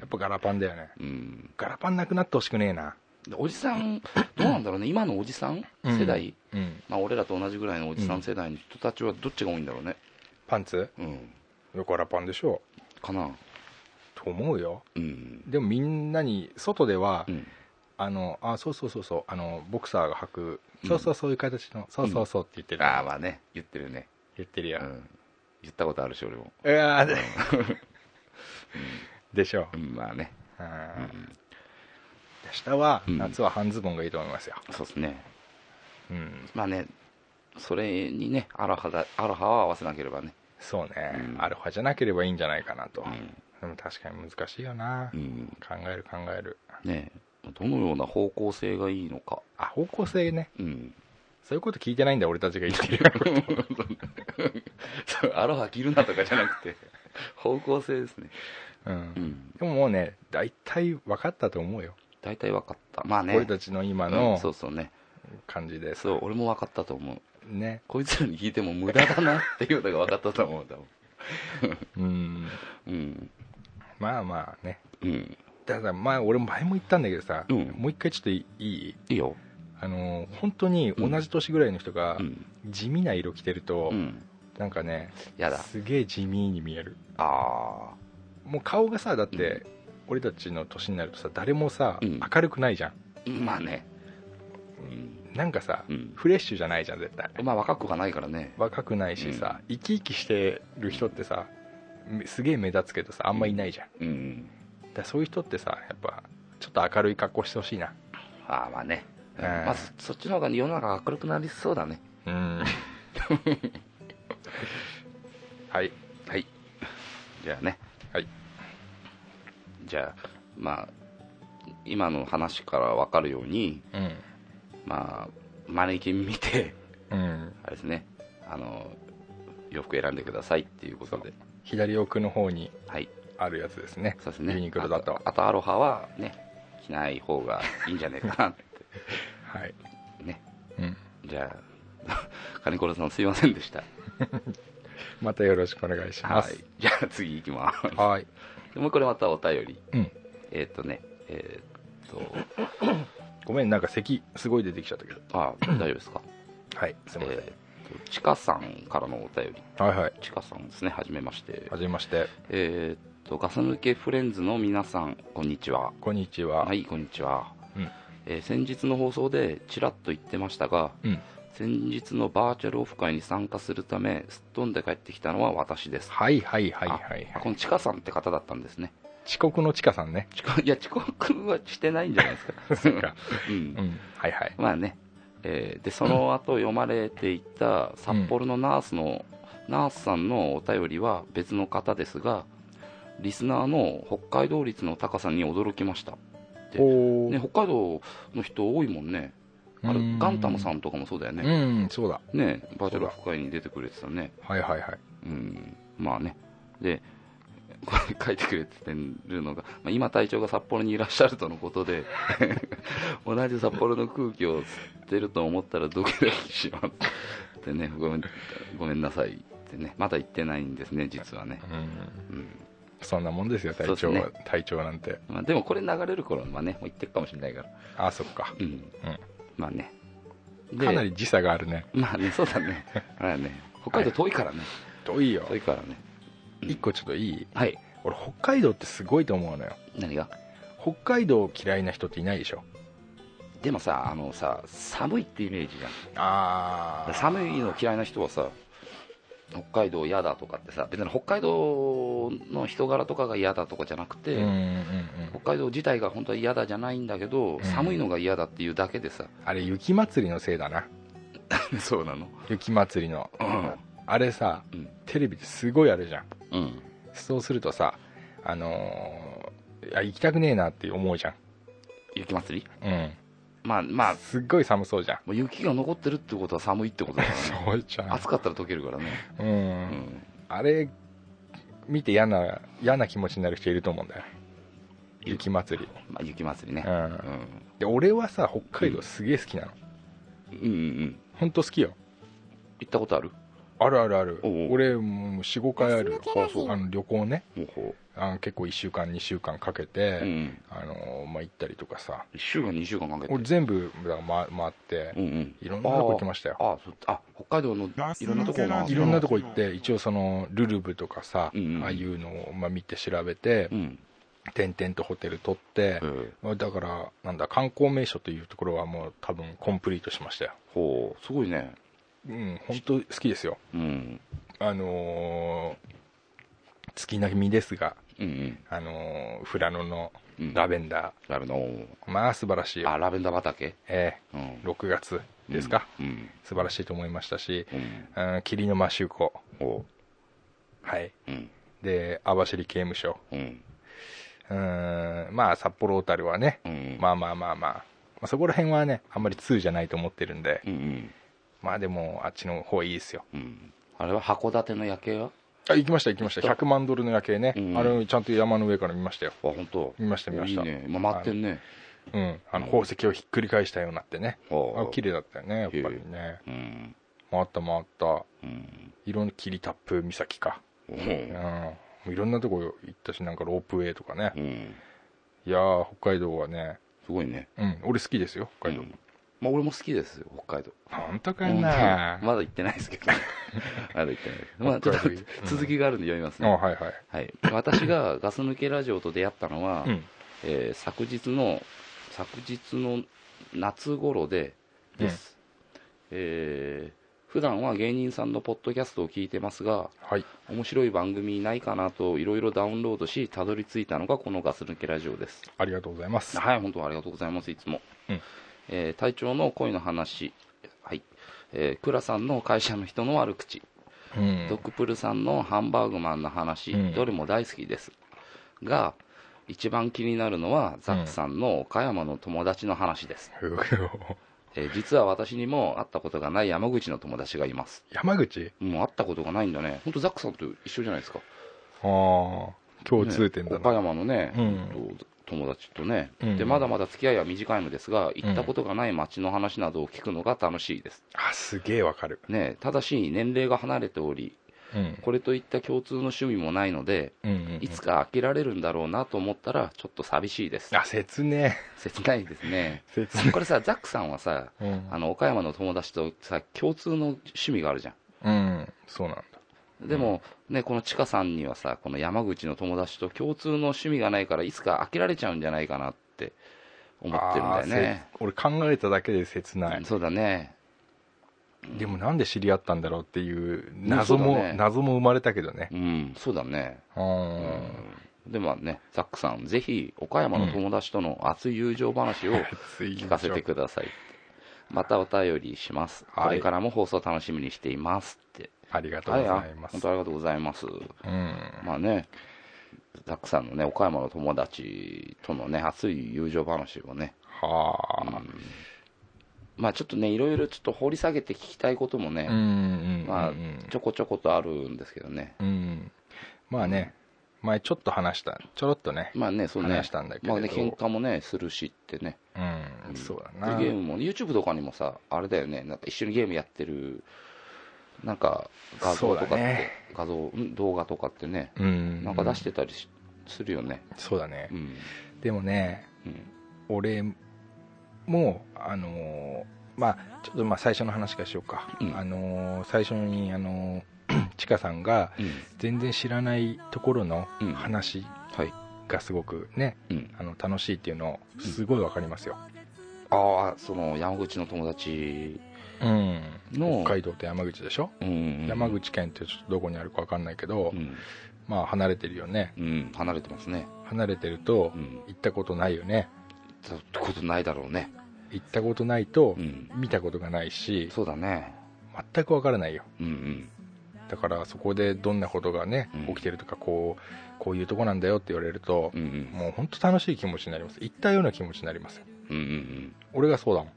S4: やっぱガラパンだよね
S3: うん
S4: ガラパンなくなってほしくねえな
S3: でおじさ んどうなんだろうね今のおじさん
S4: うん
S3: 世代、
S4: うん
S3: まあ、俺らと同じぐらいのおじさ
S4: うん
S3: ん世代の人たちはどっちが多いんだろうね
S4: パンツ
S3: うん
S4: ガラパンでしょ
S3: かな
S4: と思うよ
S3: うん
S4: でもみんなに外では、
S3: うん
S4: あのあそうそうそうそうあのボクサーが履く、
S3: うん
S4: そうそうそういう形のそうそうそうって言ってる、
S3: ああまあね言ってるね、
S4: 言ってる
S3: う
S4: よ、
S3: ん、言ったことあるし俺も
S4: うわー でしょ
S3: う
S4: うん
S3: まあね
S4: うん下は
S3: うん
S4: 夏は半ズボンがいいと思いますよ、
S3: そうですね
S4: うん、
S3: まあねそれにねアロハだアロハは合わせなければね
S4: そうね、
S3: うん
S4: アルファじゃなければいいんじゃないかなと、
S3: うん
S4: でも確かに難しいよな、
S3: うん
S4: 考える考える
S3: ねどのような方向性がいいのか
S4: あ方向性ね
S3: うん
S4: そういうこと聞いてないんだ俺たちが言ってる
S3: そうアロハ着るなとかじゃなくて方向性ですね
S4: うん、
S3: うん
S4: でももうね大体分かったと思うよ、
S3: 大体分かったまあね
S4: 俺たちの今
S3: う
S4: の
S3: んそうそうね
S4: 感じです、
S3: そう俺も分かったと思う
S4: ね
S3: こいつらに聞いても無駄だなっていうのが分かったと思うんだもん
S4: うん
S3: うん
S4: まあまあね
S3: うん
S4: ただまあ俺前も言ったんだけどさ、
S3: うん
S4: もう一回ちょっといい
S3: いいよ
S4: あのー本当に同じ年ぐらいの人が
S3: うん
S4: 地味な色着てると、
S3: うん
S4: なんかね
S3: やだ
S4: すげえ地味に見える
S3: ああ
S4: もう顔がさだって、
S3: う
S4: 俺たちの年になるとさ誰もさ、
S3: うん
S4: 明るくないじゃん
S3: まあねうん
S4: なんかさ、
S3: うん
S4: フレッシュじゃないじゃん絶対
S3: まあ若くがないからね
S4: 若くないしさ、生き生きしてる人ってさめすげえ目立つけどさあんまいないじゃん、
S3: うん
S4: だからそういう人ってさやっぱちょっと明るい格好してほしいな
S3: ああまあね
S4: うん
S3: まあそそっちの方が世の中が明るくなりそうだね
S4: うん はい
S3: はいじゃあね
S4: はい
S3: じゃあまあ今の話から分かるように
S4: うん
S3: まあマネキン見て
S4: うん
S3: あれですねあの洋服選んでくださいっていうことで
S4: 左奥の方に
S3: はい
S4: あるやつですね
S3: そうですね
S4: ユニクロだと
S3: あとあとアロハはね着ない方がいいんじゃないかなっ
S4: はい、
S3: てね
S4: うん、
S3: じゃあ 金子さんすいませんでした
S4: またよろしくお願いしま
S3: は
S4: す
S3: いじゃあ次行きます
S4: はい
S3: でもうこれまたお便り
S4: うん
S3: えーっ、とねえーっ、と
S4: ごめんなんか咳すごい出てきちゃったけど
S3: あ大丈夫ですか
S4: はい すいません、
S3: えーっとちかさんからのお便り
S4: はいはい
S3: ちかさんですねはじめまして
S4: はじめまして
S3: えーっとガス抜けフレンズの皆さんこんにちは
S4: こんにちは、
S3: はいこんにちは、
S4: うん
S3: えー先日の放送でちらっと言ってましたが
S4: うん
S3: 先日のバーチャルオフ会に参加するためすっ飛んで帰ってきたのは私です
S4: はいはいはいはい
S3: あ
S4: はい
S3: このちかさんって方だったんですね
S4: 遅刻のちかさ んね
S3: ちかいや遅刻はしてないんじゃないですか
S4: そうか
S3: う
S4: うんんはいはい
S3: まあね、えーでその後読まれていた札幌のナースの、ナースさんのお便りは別の方ですがリスナーの北海道率の高さに驚きました、で
S4: おお、
S3: ね、北海道の人多いもんねあれ
S4: うん
S3: ガンタムさんとかもそうだよ
S4: う
S3: ね、
S4: んそうだ
S3: ねバーチャルオフ会に出てくれてたね
S4: はいはいはい
S3: うんまあねで これ書いてくれてるのが、まあ、今隊長が札幌にいらっしゃるとのことで 同じ札幌の空気を吸ってると思ったらドキドキしますってね ごめんごめんなさいってねまだ行ってないんですね実はね、
S4: うん
S3: うん
S4: そんなもんですよ隊長
S3: そ
S4: は
S3: う
S4: 隊長なんて
S3: まあ、でもこれ流れる頃はねもう行ってるかもしれないから
S4: あそっか
S3: うん、まあねで
S4: かなり時差があるね
S3: まあねそうだねまあね北海道遠いからね、
S4: 遠いよ
S3: 遠いからねうん
S4: 一個ちょっといい
S3: はい
S4: 俺北海道ってすごいと思うのよ
S3: 何が
S4: 北海道嫌いな人っていないでしょ
S3: でもさあのさ寒いってイメージじゃん
S4: あ
S3: 寒いの嫌いな人はさ北海道嫌だとかってさ別に北海道の人柄とかが嫌だとかじゃなくて、
S4: うんうんうん
S3: 北海道自体が本当は嫌だじゃないんだけど、
S4: ん
S3: 寒いのが嫌だっていうだけでさ
S4: あれ雪祭りのせいだな
S3: そうなの
S4: 雪祭りの
S3: うん
S4: あれさ
S3: うん
S4: テレビですごいあるじゃん
S3: うん
S4: そうするとさあのーいや行きたくねえなって思うじゃん
S3: 雪祭り
S4: うん
S3: まあまあ
S4: すっごい寒そうじゃん
S3: もう雪が残ってるってことは寒いってことだからね
S4: そうじゃん
S3: 暑かったら溶けるからね
S4: うん
S3: うん
S4: あれ見て嫌な嫌な気持ちになる人いると思うんだよ雪祭り
S3: まあ、雪祭りね
S4: う。んで俺はさ北海道すげえ好きなの、
S3: うん。うんうん。
S4: ほんと好きよ
S3: 行ったことある
S4: あるあるある
S3: おうおう
S4: 俺もう45回ある
S3: あそう
S4: あの旅行ね
S3: もうこ
S4: あ結構1週間2週間かけ
S3: う。
S4: て、
S3: うん。
S4: あのまあ、行ったりとかさ
S3: 1週間、2週間かけて
S4: 俺。全部だから回回って、
S3: うんうん。
S4: いろんなとこ行きましたよ
S3: ああそあ、北海道のいろんなとこ回って
S4: い
S1: い
S4: ろ
S1: ろ
S4: ん
S1: ん
S4: な
S1: なと
S4: とこ
S1: こ
S4: 行
S1: 行
S4: っ
S1: ってて
S4: 一応そのルルブとかさ、
S3: うんうん
S4: ああいうのをまあ見て調べて
S3: うん。
S4: 点々とホテル取って
S3: え、ー
S4: まあだからなんだ観光名所というところはもう多分コンプリートしましたよ
S3: ほう、すごいね。
S4: うん本当好きですよ
S3: うん。
S4: あのー月並みですが
S3: うんうん。
S4: あのー富良野の
S3: うん
S4: ラベンダ
S3: ラベンダー。
S4: ー、まあ素晴らしいよ
S3: あ、ラベンダー畑
S4: え
S3: うん
S4: え。6月ですか、
S3: うん。
S4: 素晴らしいと思いましたし、
S3: うん。
S4: うん、霧の真周湖
S3: ほ
S4: はい
S3: うん。うん。
S4: で網走刑務所
S3: うん。
S4: うんまあ札幌小樽はね、
S3: うん。
S4: まあまあまあまあ、まあ、そこら辺はねあんまり通じゃないと思ってるんで、
S3: うんうん。
S4: まあでもあっちの方いいですよ
S3: うん。あれは函館の夜景は
S4: あ行きました行きました
S3: 行った
S4: 100万ドルの夜景ね、
S3: うん
S4: あれちゃんと山の上から見ましたよ
S3: あ、本当。
S4: 見ました見ました
S3: いいね。まあ、待ってんね。
S4: うんあの
S3: うん
S4: 宝石をひっくり返したようになってね、
S3: ほ
S4: あ綺麗だったよねやっぱりね
S3: うん。
S4: 回った回った
S3: うん。
S4: いろんな霧タップ岬か
S3: ほ
S4: うん
S3: う
S4: もういろんなとこ行ったしなんかロープウェイとかね、
S3: うん。
S4: いやー北海道はね
S3: すごいね。
S4: うん俺好きですよ北海道、
S3: うんまあ、俺も好きですよ、北海道。
S4: 本当かな、
S3: まだ行ってないですけ ど、まだ行ってないですまあ、ち
S4: 北
S3: ょっと
S4: 海道
S3: 続きがあるんで読みます
S4: あ
S3: ね、
S4: はいはい
S3: はい、私がガス抜けラジオと出会ったのは、
S4: うん
S3: えー昨日の昨日の夏頃でです、えー普段は芸人さんのポッドキャストを聞いてますが
S4: はい
S3: 面白い番組ないかなといろいろダウンロードしたどり着いたのがこのガス抜けラジオです
S4: ありがとうございます
S3: はい、本当ありがとうございます、いつも。
S4: うん
S3: えー隊長の恋の話、はい。えー、倉さんの会社の人の悪口、
S4: うん
S3: ドッグプルさんのハンバーグマンの話、
S4: うん
S3: どれも大好きです。が、一番気になるのは、ザックさんの岡山の友達の話です。えー実は私にも会ったことがない山口の友達がいます。
S4: 山口
S3: もう会ったことがないんだね。本当ザックさんと一緒じゃないですか。
S4: ああ共通点だ
S3: ね岡
S4: な、
S3: 山のね、
S4: うん
S3: 友達とね、
S4: うん
S3: でまだまだ付き合いは短いのですが行ったことがない町の話などを聞くのが楽しいです、
S4: あすげえわかる
S3: ね、ただし年齢が離れており
S4: うん
S3: これといった共通の趣味もないので
S4: うんうん
S3: いつか飽きられるんだろうなと思ったらちょっと寂しいです
S4: あ説明
S3: 切ないですね
S4: 説明
S3: これさザックさんはさ
S4: うん
S3: あの岡山の友達とさ共通の趣味があるじゃん
S4: うんそうなんだ
S3: でも、ね、このちかさんにはさ、この山口の友達と共通の趣味がないから、いつか飽きられちゃうんじゃないかなって思ってるんだよね
S4: あ。ーせ俺考えただけで切ない、
S3: そうだね。
S4: でもなんで知り合ったんだろうっていう謎も、
S3: そうだね
S4: 謎も生まれたけどね
S3: うん、そうだね。
S4: うん、
S3: でもね、ザックさん、ぜひ、岡山の友達との熱い友情話を
S4: 熱い
S3: 聞かせてください。またお便りします。
S4: はい
S3: これからも放送楽しみにしていますって。
S4: ありがとう
S3: は
S4: ご
S3: い、あ
S4: ざいます、
S3: 本当ありがとうございます。
S4: うん
S3: まあね、ザックさんのね、岡山の友達とのね、熱い友情話をね、
S4: はあ
S3: まあちょっとね、いろいろちょっと掘り下げて聞きたいこともね、
S4: うんうんうん
S3: まあ
S4: うん
S3: ちょこちょことあるんですけどね。
S4: うんまあね前ちょっと話したちょろっとね
S3: まあね、そうね。
S4: 話したんだけれど
S3: まあね、喧嘩もね、するしってね。
S4: うんそうだ
S3: で
S4: な
S3: ゲームも、YouTube とかにもさ、あれだよね、なんか一緒にゲームやってる、なんか画像とかって、
S4: そうだね
S3: 画像、ん動画とかってね、
S4: うん
S3: なんか出してたりしするよね。
S4: そうだね
S3: うん。
S4: でもね
S3: うん。
S4: 俺もあのーまあちょっとまあ最初の話からしようか、
S3: うん
S4: あのー最初にあのー ちかさんが
S3: うん。
S4: 全然知らないところの
S3: うん
S4: 話
S3: はい。
S4: がすごくね、
S3: うん。
S4: あの楽しいっていうのすごいわかりますよ、
S3: ああ、その、山口の友達
S4: うん
S3: の、
S4: 北海道と山口でしょ、
S3: うん、
S4: 山口県ってちょっとどこにあるかわかんないけど、
S3: うん。
S4: まあ離れてるよね
S3: うん、離れてますね。
S4: 離れてると
S3: うん。
S4: 行ったことないよね
S3: そうってことないだろうね。
S4: 行ったことないと
S3: うん。
S4: 見たことがないし
S3: そうだね。
S4: 全くわからないよ
S3: うんうん。
S4: だからそこでどんなことがね
S3: うん
S4: 起きてるとかこうこういうとこなんだよって言われると
S3: うんうん。
S4: もう本当楽しい気持ちになります行ったような気持ちになりますよ
S3: うんうんうん。
S4: 俺がそうだもん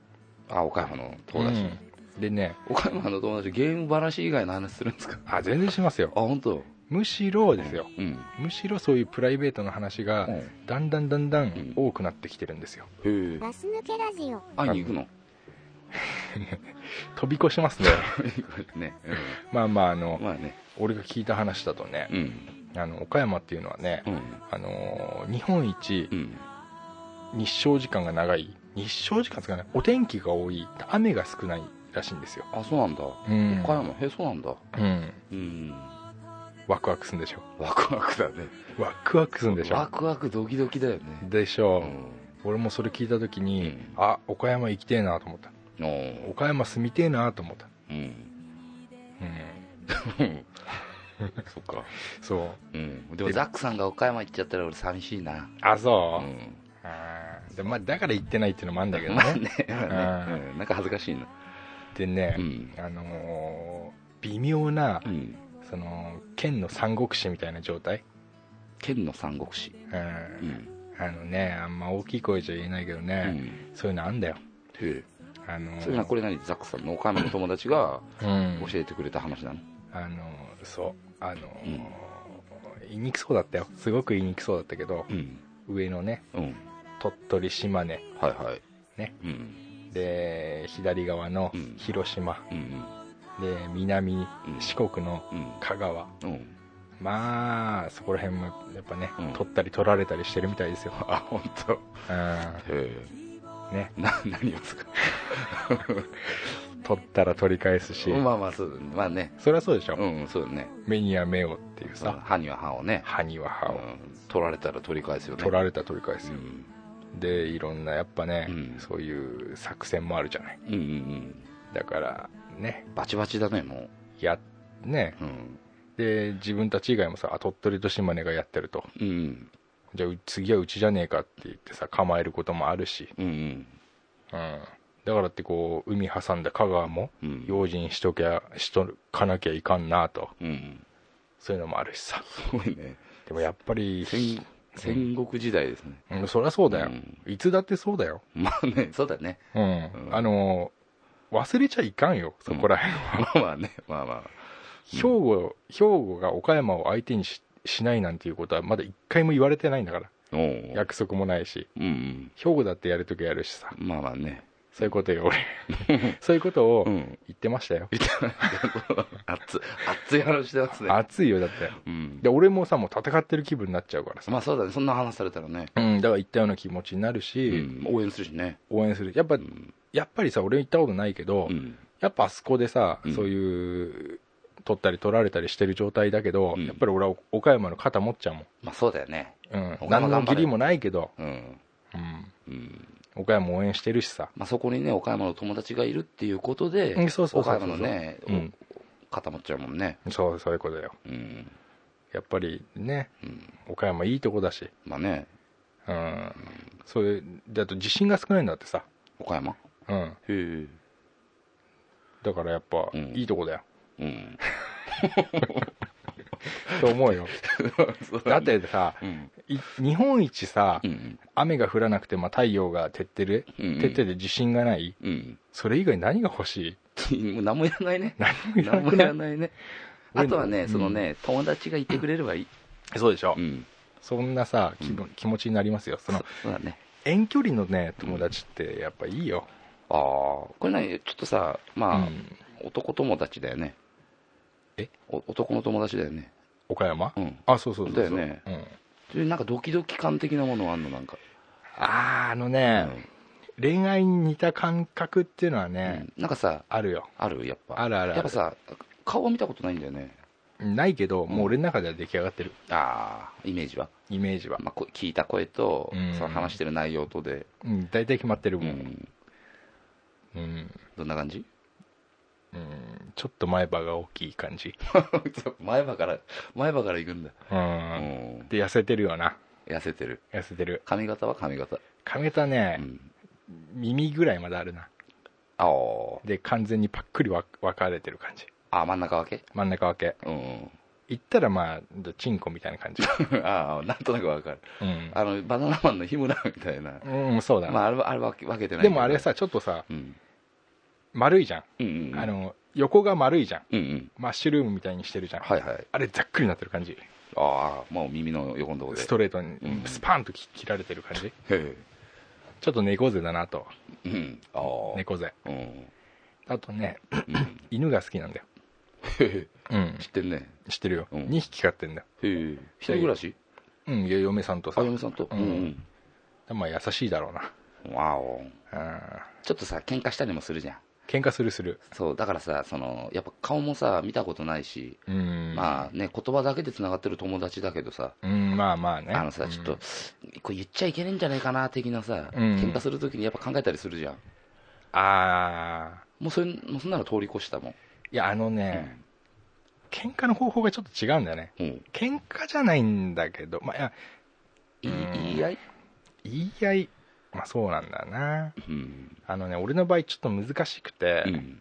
S3: あ、岡山の友達。
S4: うんでね
S3: 岡山の友達、ゲーム話以外の話するんですか
S4: あ全然しますよ
S3: あ、本当。
S4: むしろですよ
S3: うん
S4: むしろそういうプライベートの話が
S3: うん
S4: だんだんだんだ
S3: ん
S4: ん多くなってきてるんですよ
S3: へえ
S5: マス抜けラジオ
S3: 会いに行く の
S4: 飛び越 しますね
S3: ね、
S4: まあまああ
S3: う
S4: の
S3: ん、まあね
S4: 俺が聞いた話だとね
S3: うん
S4: あの岡山っていうのはね
S3: うん
S4: あのー日本一
S3: うん
S4: 日照時間が長い日照時間ですかねお天気が多い雨が少ないらしいんですよ
S3: あそうなんだ
S4: うん
S3: 岡山へそうなんだ
S4: うん
S3: うん
S4: ワクワクするんでしょ
S3: ワクワクだね
S4: ワクワクするんでし
S3: ワ
S4: ょ
S3: クワクドキドキだよね
S4: でしょ
S3: う
S4: う、
S3: ん
S4: 俺もそれ聞いた時に、
S3: うん
S4: あ岡山行きてえなと思った
S3: おー
S4: 岡山住みてえなと思った、
S3: うん
S4: うん、
S3: そっか
S4: そう
S3: うんでもザックさんが岡山行っちゃったら俺寂しいな
S4: あ
S3: う
S4: そう、
S3: ん
S4: あーでまあ、だから行ってないっていうのもあるんだけど
S3: まあ
S4: ね
S3: ねまあねうんなんか恥ずかしいな
S4: でね
S3: う、ん
S4: あのー微妙な
S3: うん
S4: その県の三国志みたいな状態、
S3: 県の三国志
S4: う
S3: う
S4: ん
S3: ん
S4: あのねあんま大きい声じゃ言えないけど
S3: う
S4: ね、
S3: ん
S4: そういうのあんだよ
S3: へえ
S4: あのー
S3: それなこれ何ザックさんの岡山の友達が
S4: うん
S3: 教えてくれた話なの
S4: あのーそうあのー言いにくそうだったよすごく言いにくそうだったけど
S3: うん
S4: 上のね
S3: うん
S4: 鳥取島根
S3: はいはい
S4: ね
S3: うん
S4: で左側の
S3: うん
S4: 広島、
S3: うん
S4: で南四国の
S3: うん
S4: 香川、
S3: うんうん
S4: まあそこら辺もやっぱね、
S3: うん
S4: 取ったり取られたりしてるみたいで すよ、
S3: あ本当。
S4: うん、
S3: へえ
S4: ね
S3: な何をですか
S4: 取ったら取り返すし、
S3: まあまあそうだねまあね
S4: そりゃそうでしょ、
S3: うんそうだね
S4: 目には目をっていうさ、
S3: 歯には歯をね
S4: 歯には歯
S3: う
S4: を、
S3: ん取られたら取り返すよね
S4: 取られたら取り返す
S3: う
S4: よ、
S3: ん
S4: でいろんなやっぱね、
S3: うん
S4: そういう作戦もあるじゃない
S3: うんうんうん
S4: だからね
S3: バチバチだねも
S4: やね
S3: ううん
S4: で自分たち以外もさあ鳥取と島根がやってると
S3: うん
S4: じゃあう次はうちじゃねえかって言ってさ構えることもあるし、
S3: うんうん
S4: うん、だからってこう海挟んだ香川も
S3: うん
S4: 用心しときゃしとかなきゃいかんなと
S3: うん
S4: そういうのもあるしさ
S3: すごいね
S4: でもやっぱり、
S3: 戦戦国時代ですね
S4: うん、そりゃそうだよ、
S3: うん
S4: いつだってそうだよ、
S3: まあねそうだ ね
S4: うん
S3: ん
S4: あの忘れちゃいかんよそこら辺は、
S3: まあまあねまあまあ
S4: 兵庫兵庫が岡山を相手にししないなんていうことはまだ一回も言われてないんだから
S3: おお
S4: 約束もないし
S3: うんうん
S4: 兵庫だってやるときやるしさ
S3: まあまあね
S4: そういうことよ俺 そういうことを
S3: うん
S4: 言ってましたよ、
S3: 熱熱い話してますね
S4: 熱いよだって
S3: うん
S4: で俺もさもう戦ってる気分になっちゃうからさ、
S3: まあそうだねそんな話されたらね
S4: うん、だから言ったような気持ちになるし、
S3: うん応援するしね
S4: 応援するやっぱ、
S3: ん
S4: やっぱりさ俺行ったことないけど、
S3: うん
S4: やっぱあそこでさ、
S3: うん
S4: そういう取ったり取られたりしてる状態だけど、
S3: うん
S4: やっぱり俺は岡山の肩持っちゃうもん、
S3: まあそうだよね
S4: うん
S3: 岡、山
S4: 何の
S3: 頑張れ
S4: 義理もないけど、
S3: うん
S4: うん、
S3: うん
S4: 岡山応援してるしさ、
S3: まあそこにね岡山の友達がいるっていうことで
S4: うんそうそうそう
S3: 岡
S4: そう
S3: 山のね
S4: うん
S3: 固まっちゃうもんね
S4: そうそういうことだよ
S3: うん
S4: やっぱりね
S3: うん
S4: 岡山いいとこだし、
S3: まあね
S4: うん、そういうだと自信が少ないんだってさ、
S3: 岡山
S4: うん、
S3: へえ
S4: だからやっぱ、
S3: うん
S4: いいとこだよ
S3: うん
S4: と思う よだってさ
S3: うん
S4: い日本一さ、
S3: うん
S4: 雨が降らなくて、まあ、太陽が照ってる、
S3: うんうん
S4: 照ってて自信がない
S3: うん
S4: それ以外何が欲しい
S3: もう何もいらない ね
S4: 何もいら
S3: 何
S4: な
S3: も
S4: く
S3: い
S4: な
S3: ら
S4: い
S3: ないねあとは
S4: う
S3: ね
S4: ん
S3: そのね友達がいてくれればいい
S4: そうでしょ、
S3: うん
S4: そんなさ気,、気持ちになりますよその
S3: そうだね
S4: 遠距離のね友達ってやっぱいいよ、
S3: ああこれねちょっとさまあ
S4: うん
S3: 男友達だよね
S4: え
S3: お男の友達だよね
S4: 岡山、
S3: うん
S4: あそうそうそうそう
S3: だよね
S4: うん、
S3: そういうなんかドキドキ感的なものあんのなんか、
S4: あーあのね、恋愛に似た感覚っていうのは
S3: う
S4: ね、
S3: んなんかさ
S4: あるよ
S3: あるやっぱ
S4: あるあるあ
S3: や
S4: る
S3: っぱさ顔は見たことないんだよね
S4: ないけどもう俺の中では出来上がってる
S3: ああイメージは、
S4: イメージは、
S3: まあ、こ聞いた声と、
S4: うん
S3: その話してる内容とで、
S4: うん、大体決まってる
S3: う
S4: もん、
S3: ん、
S4: うん
S3: どんな感じ
S4: うんちょっと前歯が大きい感じ、
S3: 前歯から前歯から行くんだ、
S4: う
S3: うんん、
S4: で痩せてるよな
S3: 痩せてる
S4: 痩せてる
S3: 髪型は髪型、
S4: 髪型ね
S3: う、ん、
S4: 耳ぐらいまであるな
S3: あー
S4: で完全にパックリわ分かれてる感じ
S3: あー真ん中分け
S4: 真ん中分け
S3: うん
S4: 行ったらまあチンコみたいな感じ
S3: ああなんとなく分かる
S4: うん、
S3: あのバナナマンの日村みたいな、
S4: うん、そうだな、
S3: まあ、あれはあれは分けてないけど
S4: でもあれはさちょっとさ
S3: うん
S4: 丸いじゃん、
S3: うんうんうん
S4: あの横が丸いじゃん
S3: うんうん
S4: マッシュルームみたいにしてるじゃん、
S3: はいはい
S4: あれざっくりなってる感じ
S3: ああもう耳の横のとこで
S4: ストレートに
S3: うん
S4: スパンと切切られてる感じ
S3: へ
S4: ちょっと猫背だなと
S3: えうんああ、
S4: 猫背
S3: うん
S4: あとね
S3: うん
S4: 犬が好きなんだよ
S3: へえ
S4: うん
S3: 知ってんね
S4: 知ってるよ、
S3: うん
S4: 2匹飼ってんだよ
S3: へえ一人暮らし
S4: うんいや嫁さんと
S3: あ
S4: さ
S3: 嫁さんとう
S4: う
S3: んん
S4: まあ優しいだろうな
S3: うんわお
S4: うん
S3: ちょっとさ喧嘩したりもするじゃん
S4: 喧嘩するする
S3: そうだからさそのやっぱ顔もさ見たことないし
S4: うん
S3: まあね言葉だけでつながってる友達だけどさ
S4: うんまあまあね
S3: あのさちょっとこれ言っちゃいけねえんじゃないかな的なさ
S4: うん
S3: 喧嘩するときにやっぱ考えたりするじゃん
S4: ああ
S3: もうそれもうそんなの通り越したもん
S4: いやあのね、喧嘩の方法がちょっと違うんだよね
S3: うんうん
S4: 喧嘩じゃないんだけどまあ
S3: いい
S4: いやうん
S3: 言い合い
S4: 言い合いまあそうなんだな
S3: うん
S4: あのね俺の場合ちょっと難しくて
S3: うん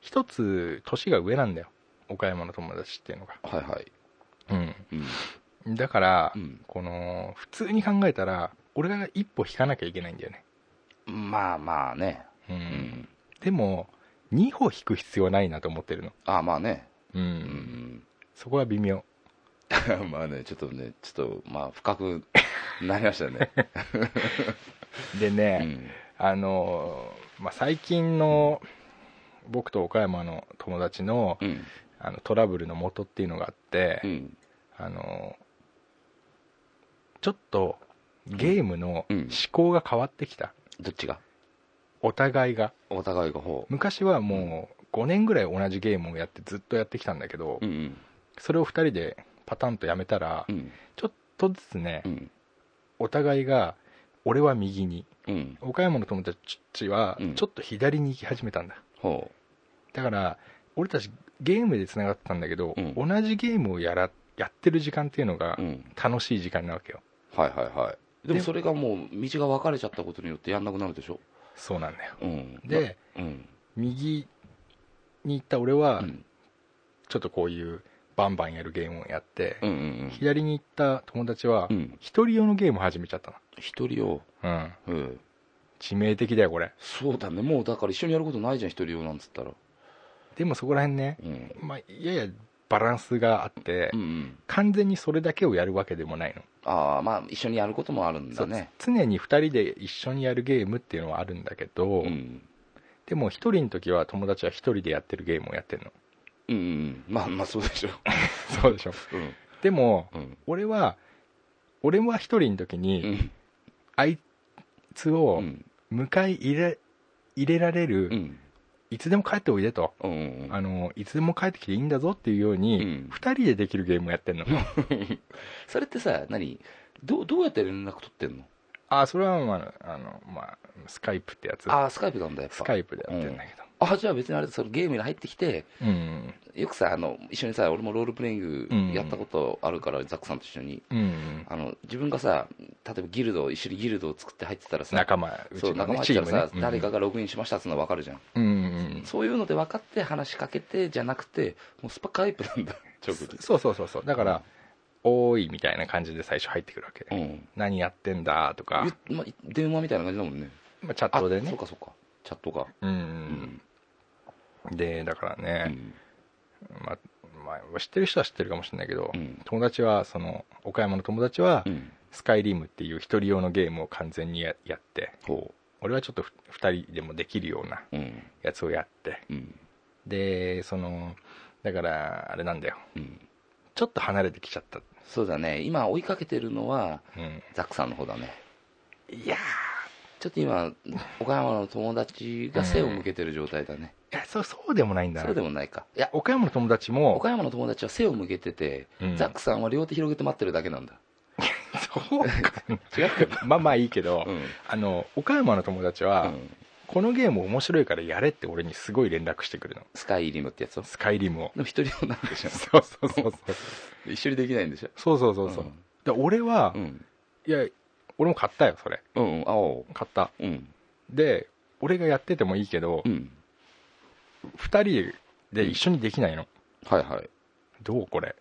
S4: 一、つ年が上なんだよ岡山の友達っていうのが
S3: はいはいうん
S4: うんだから、
S3: うん
S4: この普通に考えたら俺が一歩引かなきゃいけないんだよね
S3: まあまあね、
S4: うん、
S3: うん、
S4: でも2歩引く必要ないなと思ってるの
S3: ああまあね、
S4: うん、
S3: うん、
S4: そこは微妙
S3: まあね、ちょっとね、ちょっと、まあ、深くなりましたね、
S4: で
S3: う
S4: ね、
S3: ん、
S4: あのー、まあ、最近の僕と岡山の友達の
S3: うん、
S4: あのトラブルの元っていうのがあって、
S3: うん、
S4: あのーちょっとゲームの
S3: うん
S4: 思考が変わってきた、
S3: どっちが、
S4: お互いが
S3: お互いがほ
S4: 昔はもう5年ぐらい同じゲームをやってずっとやってきたんだけど、
S3: う、うん、
S4: それを2人でパタンとやめたら、
S3: うん、
S4: ちょっとずつね、
S3: うん、
S4: お互いが俺は右に
S3: うん、
S4: 岡山の友達は
S3: うん
S4: ちょっと左に行き始めたんだ、
S3: ほ
S4: だから俺たちゲームでつながってたんだけど、
S3: うん
S4: 同じゲームをやらやってる時間っていうのが
S3: う、うん、
S4: 楽しい時間なわけよ
S3: はいはいはい、で
S4: で
S3: もそれがもう、道が分かれちゃったことによってやんなくなるでしょ、
S4: そうなんだよ
S3: うん、
S4: で、、
S3: うん、
S4: 右に行った俺は、
S3: うん、
S4: ちょっとこういうバンバンやるゲームをやって、
S3: うん、うん、
S4: 左に行った友達は、
S3: うん、
S4: 一人用のゲームを始めちゃった
S3: 一人を、
S4: のうん
S3: うん、
S4: 致命的だよこれ
S3: そうだね、もうだから一緒にやることないじゃん、一人用なんつったら、
S4: でもそこら辺ね、
S3: うん、
S4: まあ、ややバランスがあって、
S3: うん、うん、
S4: 完全にそれだけをやるわけでもないの
S3: ああ、まあ、一緒にやることもあるんだね。
S4: そう常に2人で一緒にやるゲームっていうのはあるんだけど、
S3: うん
S4: でも1人の時は友達は1人でやってるゲームをやってるの
S3: うんうん、まあまあそうでしょ
S4: そうでしょ
S3: う
S4: でも
S3: うんうん
S4: 俺は俺は1人の時
S3: う
S4: に
S3: ん
S4: あいつ
S3: う
S4: を
S3: ん
S4: 迎え入れ入れられる、
S3: うん
S4: いつでも帰っておいでと
S3: うんうん
S4: あのいつでも帰ってきていいんだぞっていうよう
S3: う
S4: に、
S3: ん
S4: 二2人でできるゲームをやってるの
S3: それってさ何どうどうやって連絡取ってんの
S4: あそれはまああの、まあ、スカイプってやつ
S3: ああスカイプなんだやっぱ
S4: スカイプでやってるんだけど
S3: あじゃあ別にあれそのゲームに入ってきて
S4: うん、うん
S3: よくさあの一緒にさ俺もロールプレイング
S4: うん
S3: やったことあるから、ザックさんと一緒に
S4: うん、
S3: あの自分がさ例えばギルド一緒にギルドを作って入ってたらさ
S4: 仲間うち
S3: そう
S4: の、
S3: 仲
S4: ね
S3: 間、入っ
S4: チ
S3: てた
S4: ー
S3: ら
S4: ム
S3: さ
S4: ね、うん
S3: 誰かがログインしましたっつうのは分かるじゃん、
S4: うんうん
S3: そういうので分かって話しかけてじゃなくてもうスカイプなんだ直
S4: うん
S3: に
S4: そうそうそうそうだから「おーい」みたいな感じで最初入ってくるわけ、
S3: うん
S4: 何やってんだとか
S3: ゆ、まあ、電話みたいな感じだもんね
S4: まあ、チャッ
S3: あ
S4: トで
S3: そう
S4: ね
S3: かそうかチャットか
S4: うん
S3: う
S4: うんでだから
S3: う
S4: ね、
S3: ん
S4: まあまあ、知ってる人は知ってるかもしれないけど、
S3: うん
S4: 友達はその岡山の友達は、
S3: うん
S4: スカイリムっていう一人用のゲームを完全にややって
S3: ほ
S4: 俺はちょっとふ2人でもできるような
S3: ううん
S4: やつをやって
S3: うん
S4: でそのだからあれなんだよ
S3: うん
S4: ちょっと離れてきちゃった、
S3: そうだね今追いかけてるのは
S4: うん、
S3: ザックさんの方だね
S4: いや
S3: ちょっと今岡山の友達が背を向けてる状態だね、
S4: ーいやそうそうでもないんだ
S3: そ
S4: な
S3: れでもないかいや
S4: 岡山の友達も
S3: 岡山の友達は背を向けてて、
S4: うん
S3: ザックさんは両手広げて待ってるだけなんだ
S4: そうか
S3: 違うか
S4: まあまあいいけど、
S3: うん
S4: あの岡山の友達
S3: う
S4: は、
S3: ん
S4: このゲーム面白いからやれって俺にすごい連絡してくるの
S3: スカイリムってやつを
S4: スカイリムを
S3: でも一人用なんでしょ
S4: そうそうそうそう
S3: 一緒にできないんでしょ
S4: そうそうそうそう、
S3: うん
S4: で俺は、
S3: うん
S4: いや俺も買ったよそれ
S3: うんうんあおう
S4: 買った
S3: うん
S4: で俺がやっててもいいけど、
S3: うん
S4: 二人で一緒にできないの
S3: はいはい
S4: どうこれ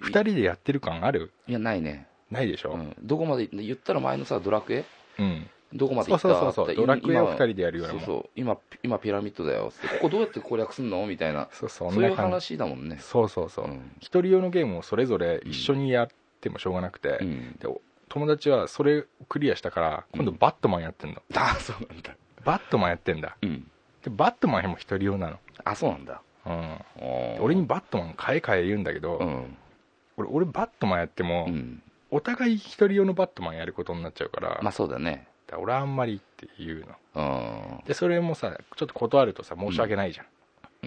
S4: 二人でやってる感ある
S3: いやないね
S4: ないでし
S3: う
S4: ょ
S3: ん、どこまで言ったら前のさドラクエ
S4: うん
S3: どこまで行った
S4: そうそうそうそう
S3: って
S4: ドラクエを
S3: 今
S4: 二人でやるようなもん
S3: そうそう今今ピラミッドだよっつってここどうやって攻略すんのみたいな
S4: そう
S3: そ
S4: そん
S3: うい
S4: な
S3: う
S4: 感じ
S3: 話だもんね
S4: そうそうそう、
S3: うん
S4: 一人用のゲームをそれぞれ一緒にやってもしょうがなくて、
S3: うん
S4: でお友達はそれをクリアしたから今度バットマンやってんの、
S3: あそうなんだ
S4: バットマンやってんだ
S3: うん
S4: でバットマンも一人用なの、
S3: あそうなんだ
S4: うん、で俺
S3: 俺
S4: にバットマン買え買え言うんだけど、
S3: うん
S4: 俺俺バットマンやっても、
S3: うん
S4: お互い一人用のバットマンやることになっちゃうから,、
S3: まあそうだね
S4: だから俺はあんまりっていうの
S3: うん
S4: でそれもさちょっと断るとさ申し訳ないじゃ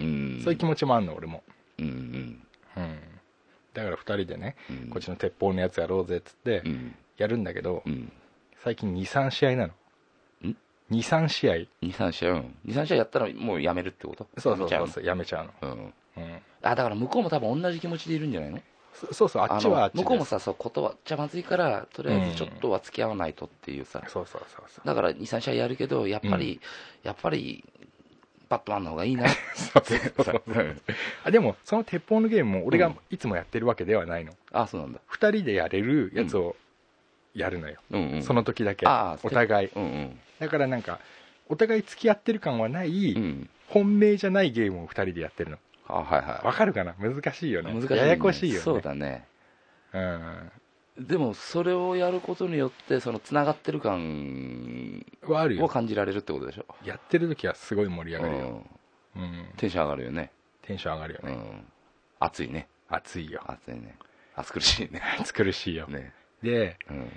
S4: ん、
S3: うん
S4: そういう気持ちもあんの俺も、
S3: うんうん
S4: うん、だから二人でね
S3: うん
S4: こっちの鉄砲のやつやろうぜっつって
S3: うん
S4: やるんだけど、
S3: うん
S4: 最近23試合なの
S3: ん
S4: 23試合
S3: 23試合うん23試合やったらもうやめるってこと
S4: そうそう
S3: やめ
S4: そう
S3: ちゃ
S4: そうやめちゃうの、
S3: うのうん
S4: うん、
S3: あだから向こうも多分同じ気持ちでいるんじゃないの
S4: そそうそうあっちはあっち
S3: の向
S4: で
S3: こうもさそう断っちゃまずいからとりあえずちょっとは付き合わないとっていうさ、
S4: そうそうそうそう
S3: だから23試合やるけどやっぱり、やっぱりバットマンの方がいいなって
S4: そうそうそうあでもその鉄砲のゲームも俺がいつもやってるわけではないの、
S3: あそうなんだ
S4: 二人でやれるやつをやるのよ、
S3: うんうん
S4: その時だけ
S3: ああ
S4: お互い
S3: うんうん
S4: だからなんかお互い付き合ってる感はない、
S3: うん
S4: 本命じゃないゲームを二人でやってるの
S3: あはいは
S4: わかるかな難しいよ
S3: い
S4: ね
S3: 難しい、ね、
S4: ややこしいよね
S3: そうだね
S4: うん
S3: でもそれをやることによってそのつながってる感
S4: はある
S3: を
S4: よ
S3: 感じられるってことでしょ、
S4: やってる時はすごい盛り上
S3: う
S4: がるよ、
S3: ん、
S4: うん、
S3: テンション上がるよね、
S4: テンション上がるよ
S3: う
S4: ね、
S3: ん、暑いね
S4: 暑いよ
S3: 暑いね暑苦しいね
S4: 暑苦しいよ、
S3: ね
S4: で
S3: うん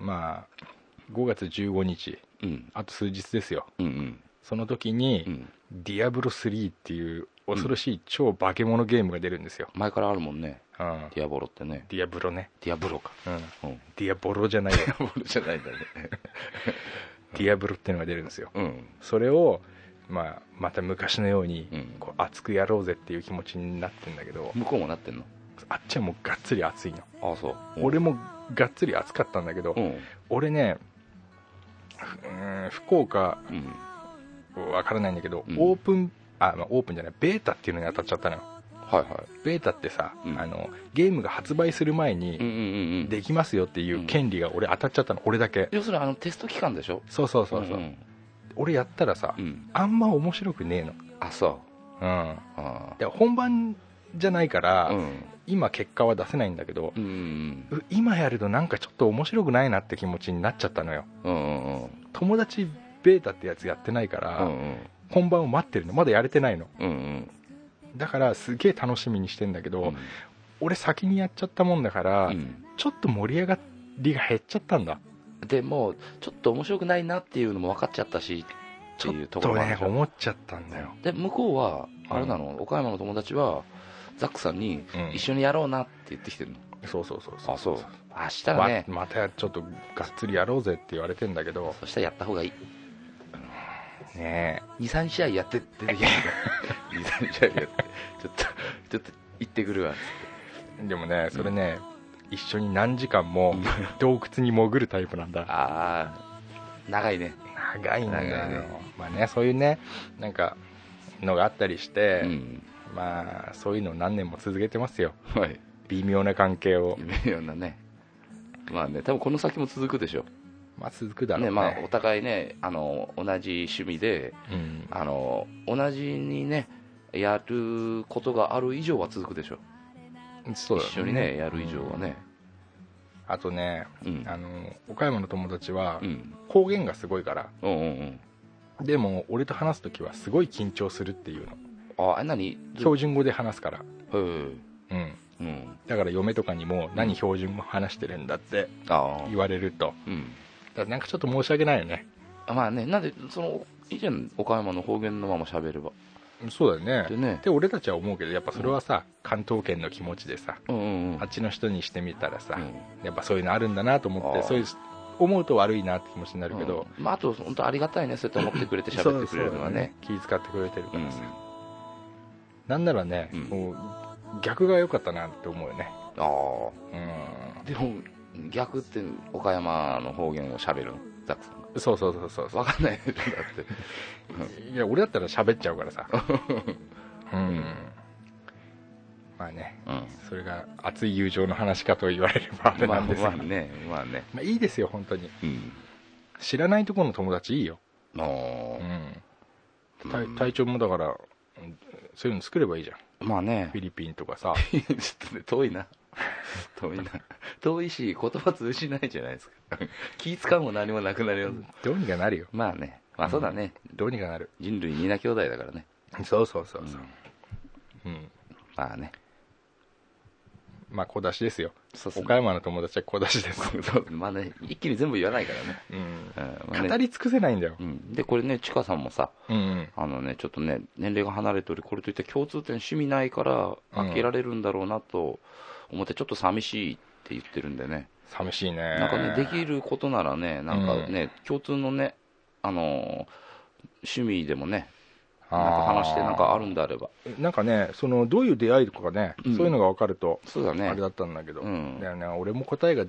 S4: まあ5月15日
S3: うん
S4: あと数日ですよ
S3: うんうん
S4: その時に、
S3: うん
S4: ディアブロ3っていう恐ろしい超化け物ゲームが出るんですよ、
S3: 前からあるもんね
S4: うん、
S3: ディアボロってね
S4: ディアブロね、
S3: ディアブロか
S4: うん、
S3: うん
S4: ディアボロじゃないよ
S3: ボロじゃないんだね
S4: ディアブロっていうのが出るんですよ
S3: うん
S4: それを、まあ、また昔のように
S3: うん
S4: こう熱くやろうぜっていう気持ちになってんだけど、
S3: 向こうもなってんの
S4: あっちはもうがっつり熱いの
S3: ああそう
S4: 俺もがっつり熱かったんだけど、
S3: うん
S4: 俺ねふうーん福岡
S3: うん
S4: わからないんだけど、
S3: うん
S4: オープンあ、まあ、オープンじゃないベータっていうのに当たっちゃったのよ
S3: はいは
S4: ベータってさ、
S3: うん
S4: あのゲームが発売する前に、
S3: いうんうんうんうん
S4: できますよっていう権利が俺当たっちゃったの俺だけ
S3: 要するにあのテスト期間でしょ
S4: そうそうそうそう、
S3: ん
S4: 俺やったらさ、
S3: うんうん
S4: あんま面白くねえの
S3: あそ
S4: うん
S3: うあ
S4: で本番じゃないから、
S3: あうん
S4: 今結果は出せないんだけど
S3: う、ん
S4: う今やるとなんかちょっと面白くないなって気持ちになっちゃったのよ
S3: うんうんうん
S4: 友達ベータってやつやってないか
S3: う
S4: ら、
S3: んうん
S4: 本番を待ってるのまだやれてないの
S3: うんうん
S4: だからすげえ楽しみにしてんだけど、
S3: うん
S4: 俺先にやっちゃったもんだから、
S3: うん
S4: ちょっと盛り上がりが減っちゃったんだ
S3: でもうちょっと面白くないなっていうのも分かっちゃったしっていうところ
S4: と
S3: もあるで
S4: ね
S3: しょ
S4: 思っちゃったんだよ、
S3: で向こうはあれなの、岡山の友達はザックさんに
S4: うん
S3: 一緒にやろうなって言ってきてるの、
S4: そうそうそう
S3: あそう明日
S4: ま
S3: ね、
S4: またちょっとがっつりやろうぜって言われてんだけど
S3: そしたらやった方がいい
S4: ね
S3: 23試合やってって23 試合やってちょっとちょっと行ってくるわ
S4: えでもねそれね、一緒に何時間も洞窟に潜るタイプなんだ
S3: ああ長いね
S4: 長いんだよ
S3: 長いね
S4: まあねそういうねなんかのがあったりし
S3: う
S4: て、
S3: ん
S4: まあそういうのを何年も続けてますよ
S3: はい
S4: 微妙な関係を
S3: 微妙なねまあね多分この先も続くでしょ
S4: まあ続くだ
S3: う
S4: ろ
S3: ね
S4: うね
S3: まあお互いねあの同じ趣味で
S4: うん
S3: あの同じにねやることがある以上は続くでしょう
S4: そうだ
S3: 一緒にねやる以上はね
S4: あとね
S3: うん
S4: あの岡山の友達は
S3: うん
S4: 方言がすごいから
S3: うんうんうん
S4: でも俺と話す時はすごい緊張するっていうの
S3: あえ何
S4: 標準語で話すから
S3: へえ
S4: うん
S3: うん
S4: だから嫁とかにも何標準語話してるんだって
S3: ああ
S4: 言われると
S3: うん
S4: だからなんかちょっと申し訳ないよね
S3: あまあねなんでその以前岡山の方言のまま喋れば
S4: そうだよ
S3: で
S4: ね
S3: ね
S4: で俺たちは思うけどやっぱそれはさ関東圏の気持ちでさ
S3: うんうんうん
S4: あっちの人にしてみたらさ
S3: うん
S4: やっぱそういうのあるんだなと思っ
S3: あー
S4: てそういう思うと悪いなって気持ちになるけど
S3: うんまああと本当ありがたいねそうやって思ってくれて喋ってくれるのはね
S4: そうそう気遣ってくれてるか
S3: う
S4: ら
S3: ん
S4: さなんならね
S3: うん
S4: もう逆が良かったなって思うよね
S3: ああ
S4: う
S3: でも逆って岡山の方言を喋るのザックさん
S4: んそうそうそうそうそう
S3: が分かんないでしょだって
S4: いや俺だったら喋っちゃうから さうんまあね
S3: う
S4: それが熱い友情の話かと言われればあれ
S3: んま
S4: な
S3: あ
S4: んです
S3: ま
S4: が、
S3: あ
S4: ま
S3: ねまあね
S4: あ、いいですよ本当に
S3: うん
S4: 知らないところの友達いいよ、
S3: も
S4: うん、
S3: う
S4: 体
S3: ん
S4: 体調もだからうんそういうの作ればいいじゃん
S3: まあ ね
S4: フィリピンとかさ
S3: ちょっとね遠いな遠いな遠いし言葉通じないじゃないですか気使うも何もなくなります、
S4: どうにかなるよ
S3: まあねまあそうだね、
S4: どうにかなる
S3: 人類皆兄弟だからね
S4: そうそうそううそう、うん
S3: まあね
S4: まあ小出しですよ
S3: そうっすね
S4: 岡山の友達は小出しです、
S3: そうまあね一気に全部言わないから
S4: うん、
S3: ね,、うんまあね
S4: 語り尽くせないんだよ
S3: うん、でこれねちかさんもさ
S4: うんうん
S3: あのねちょっとね年齢が離れておりこれといった共通点趣味ないから
S4: うん
S3: 開けられるんだろうなと思ってちょっと寂しいって言ってるんでね、
S4: 寂しいね
S3: なんかねできることならねなんかね、共通のねあのー趣味でもね
S4: あ
S3: なん
S4: ー
S3: か話してなんかあるんであれば
S4: なんかねそのどういう出会いとかね、
S3: うん
S4: そういうのが分かると
S3: そうだね
S4: あれだったんだけど、
S3: うん
S4: だよね俺も答えが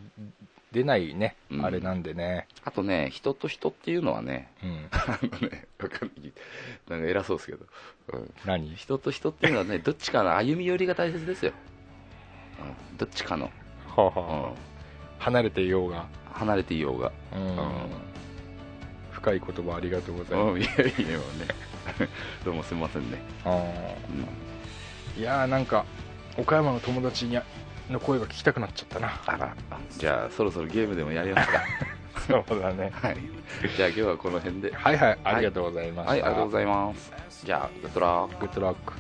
S4: 出ないね、
S3: うん
S4: あれなんでね
S3: あとね人と人っていうのはね
S4: うん
S3: あのねわかんないなんか偉そうですけど、うん、
S4: 何
S3: 人と人っていうのはねどっちかの歩み寄りが大切ですよ、うん、どっちかの、
S4: はあは
S3: う
S4: あ
S3: ん、
S4: 離れていようが、
S3: 離れていようが
S4: うん深い言葉ありがとうございます、
S3: うん、いやいやもうね どうもすいませんね、
S4: あーいやーなんか岡山の友達にの声が聞きたくなっちゃったな
S3: あらじゃあそろそろゲームでもやります か
S4: そうだね
S3: はいじゃあ今日はこの辺で
S4: はいはいありがとうございました、
S3: はいありがとうございますじゃあグッドラック
S4: グッドラック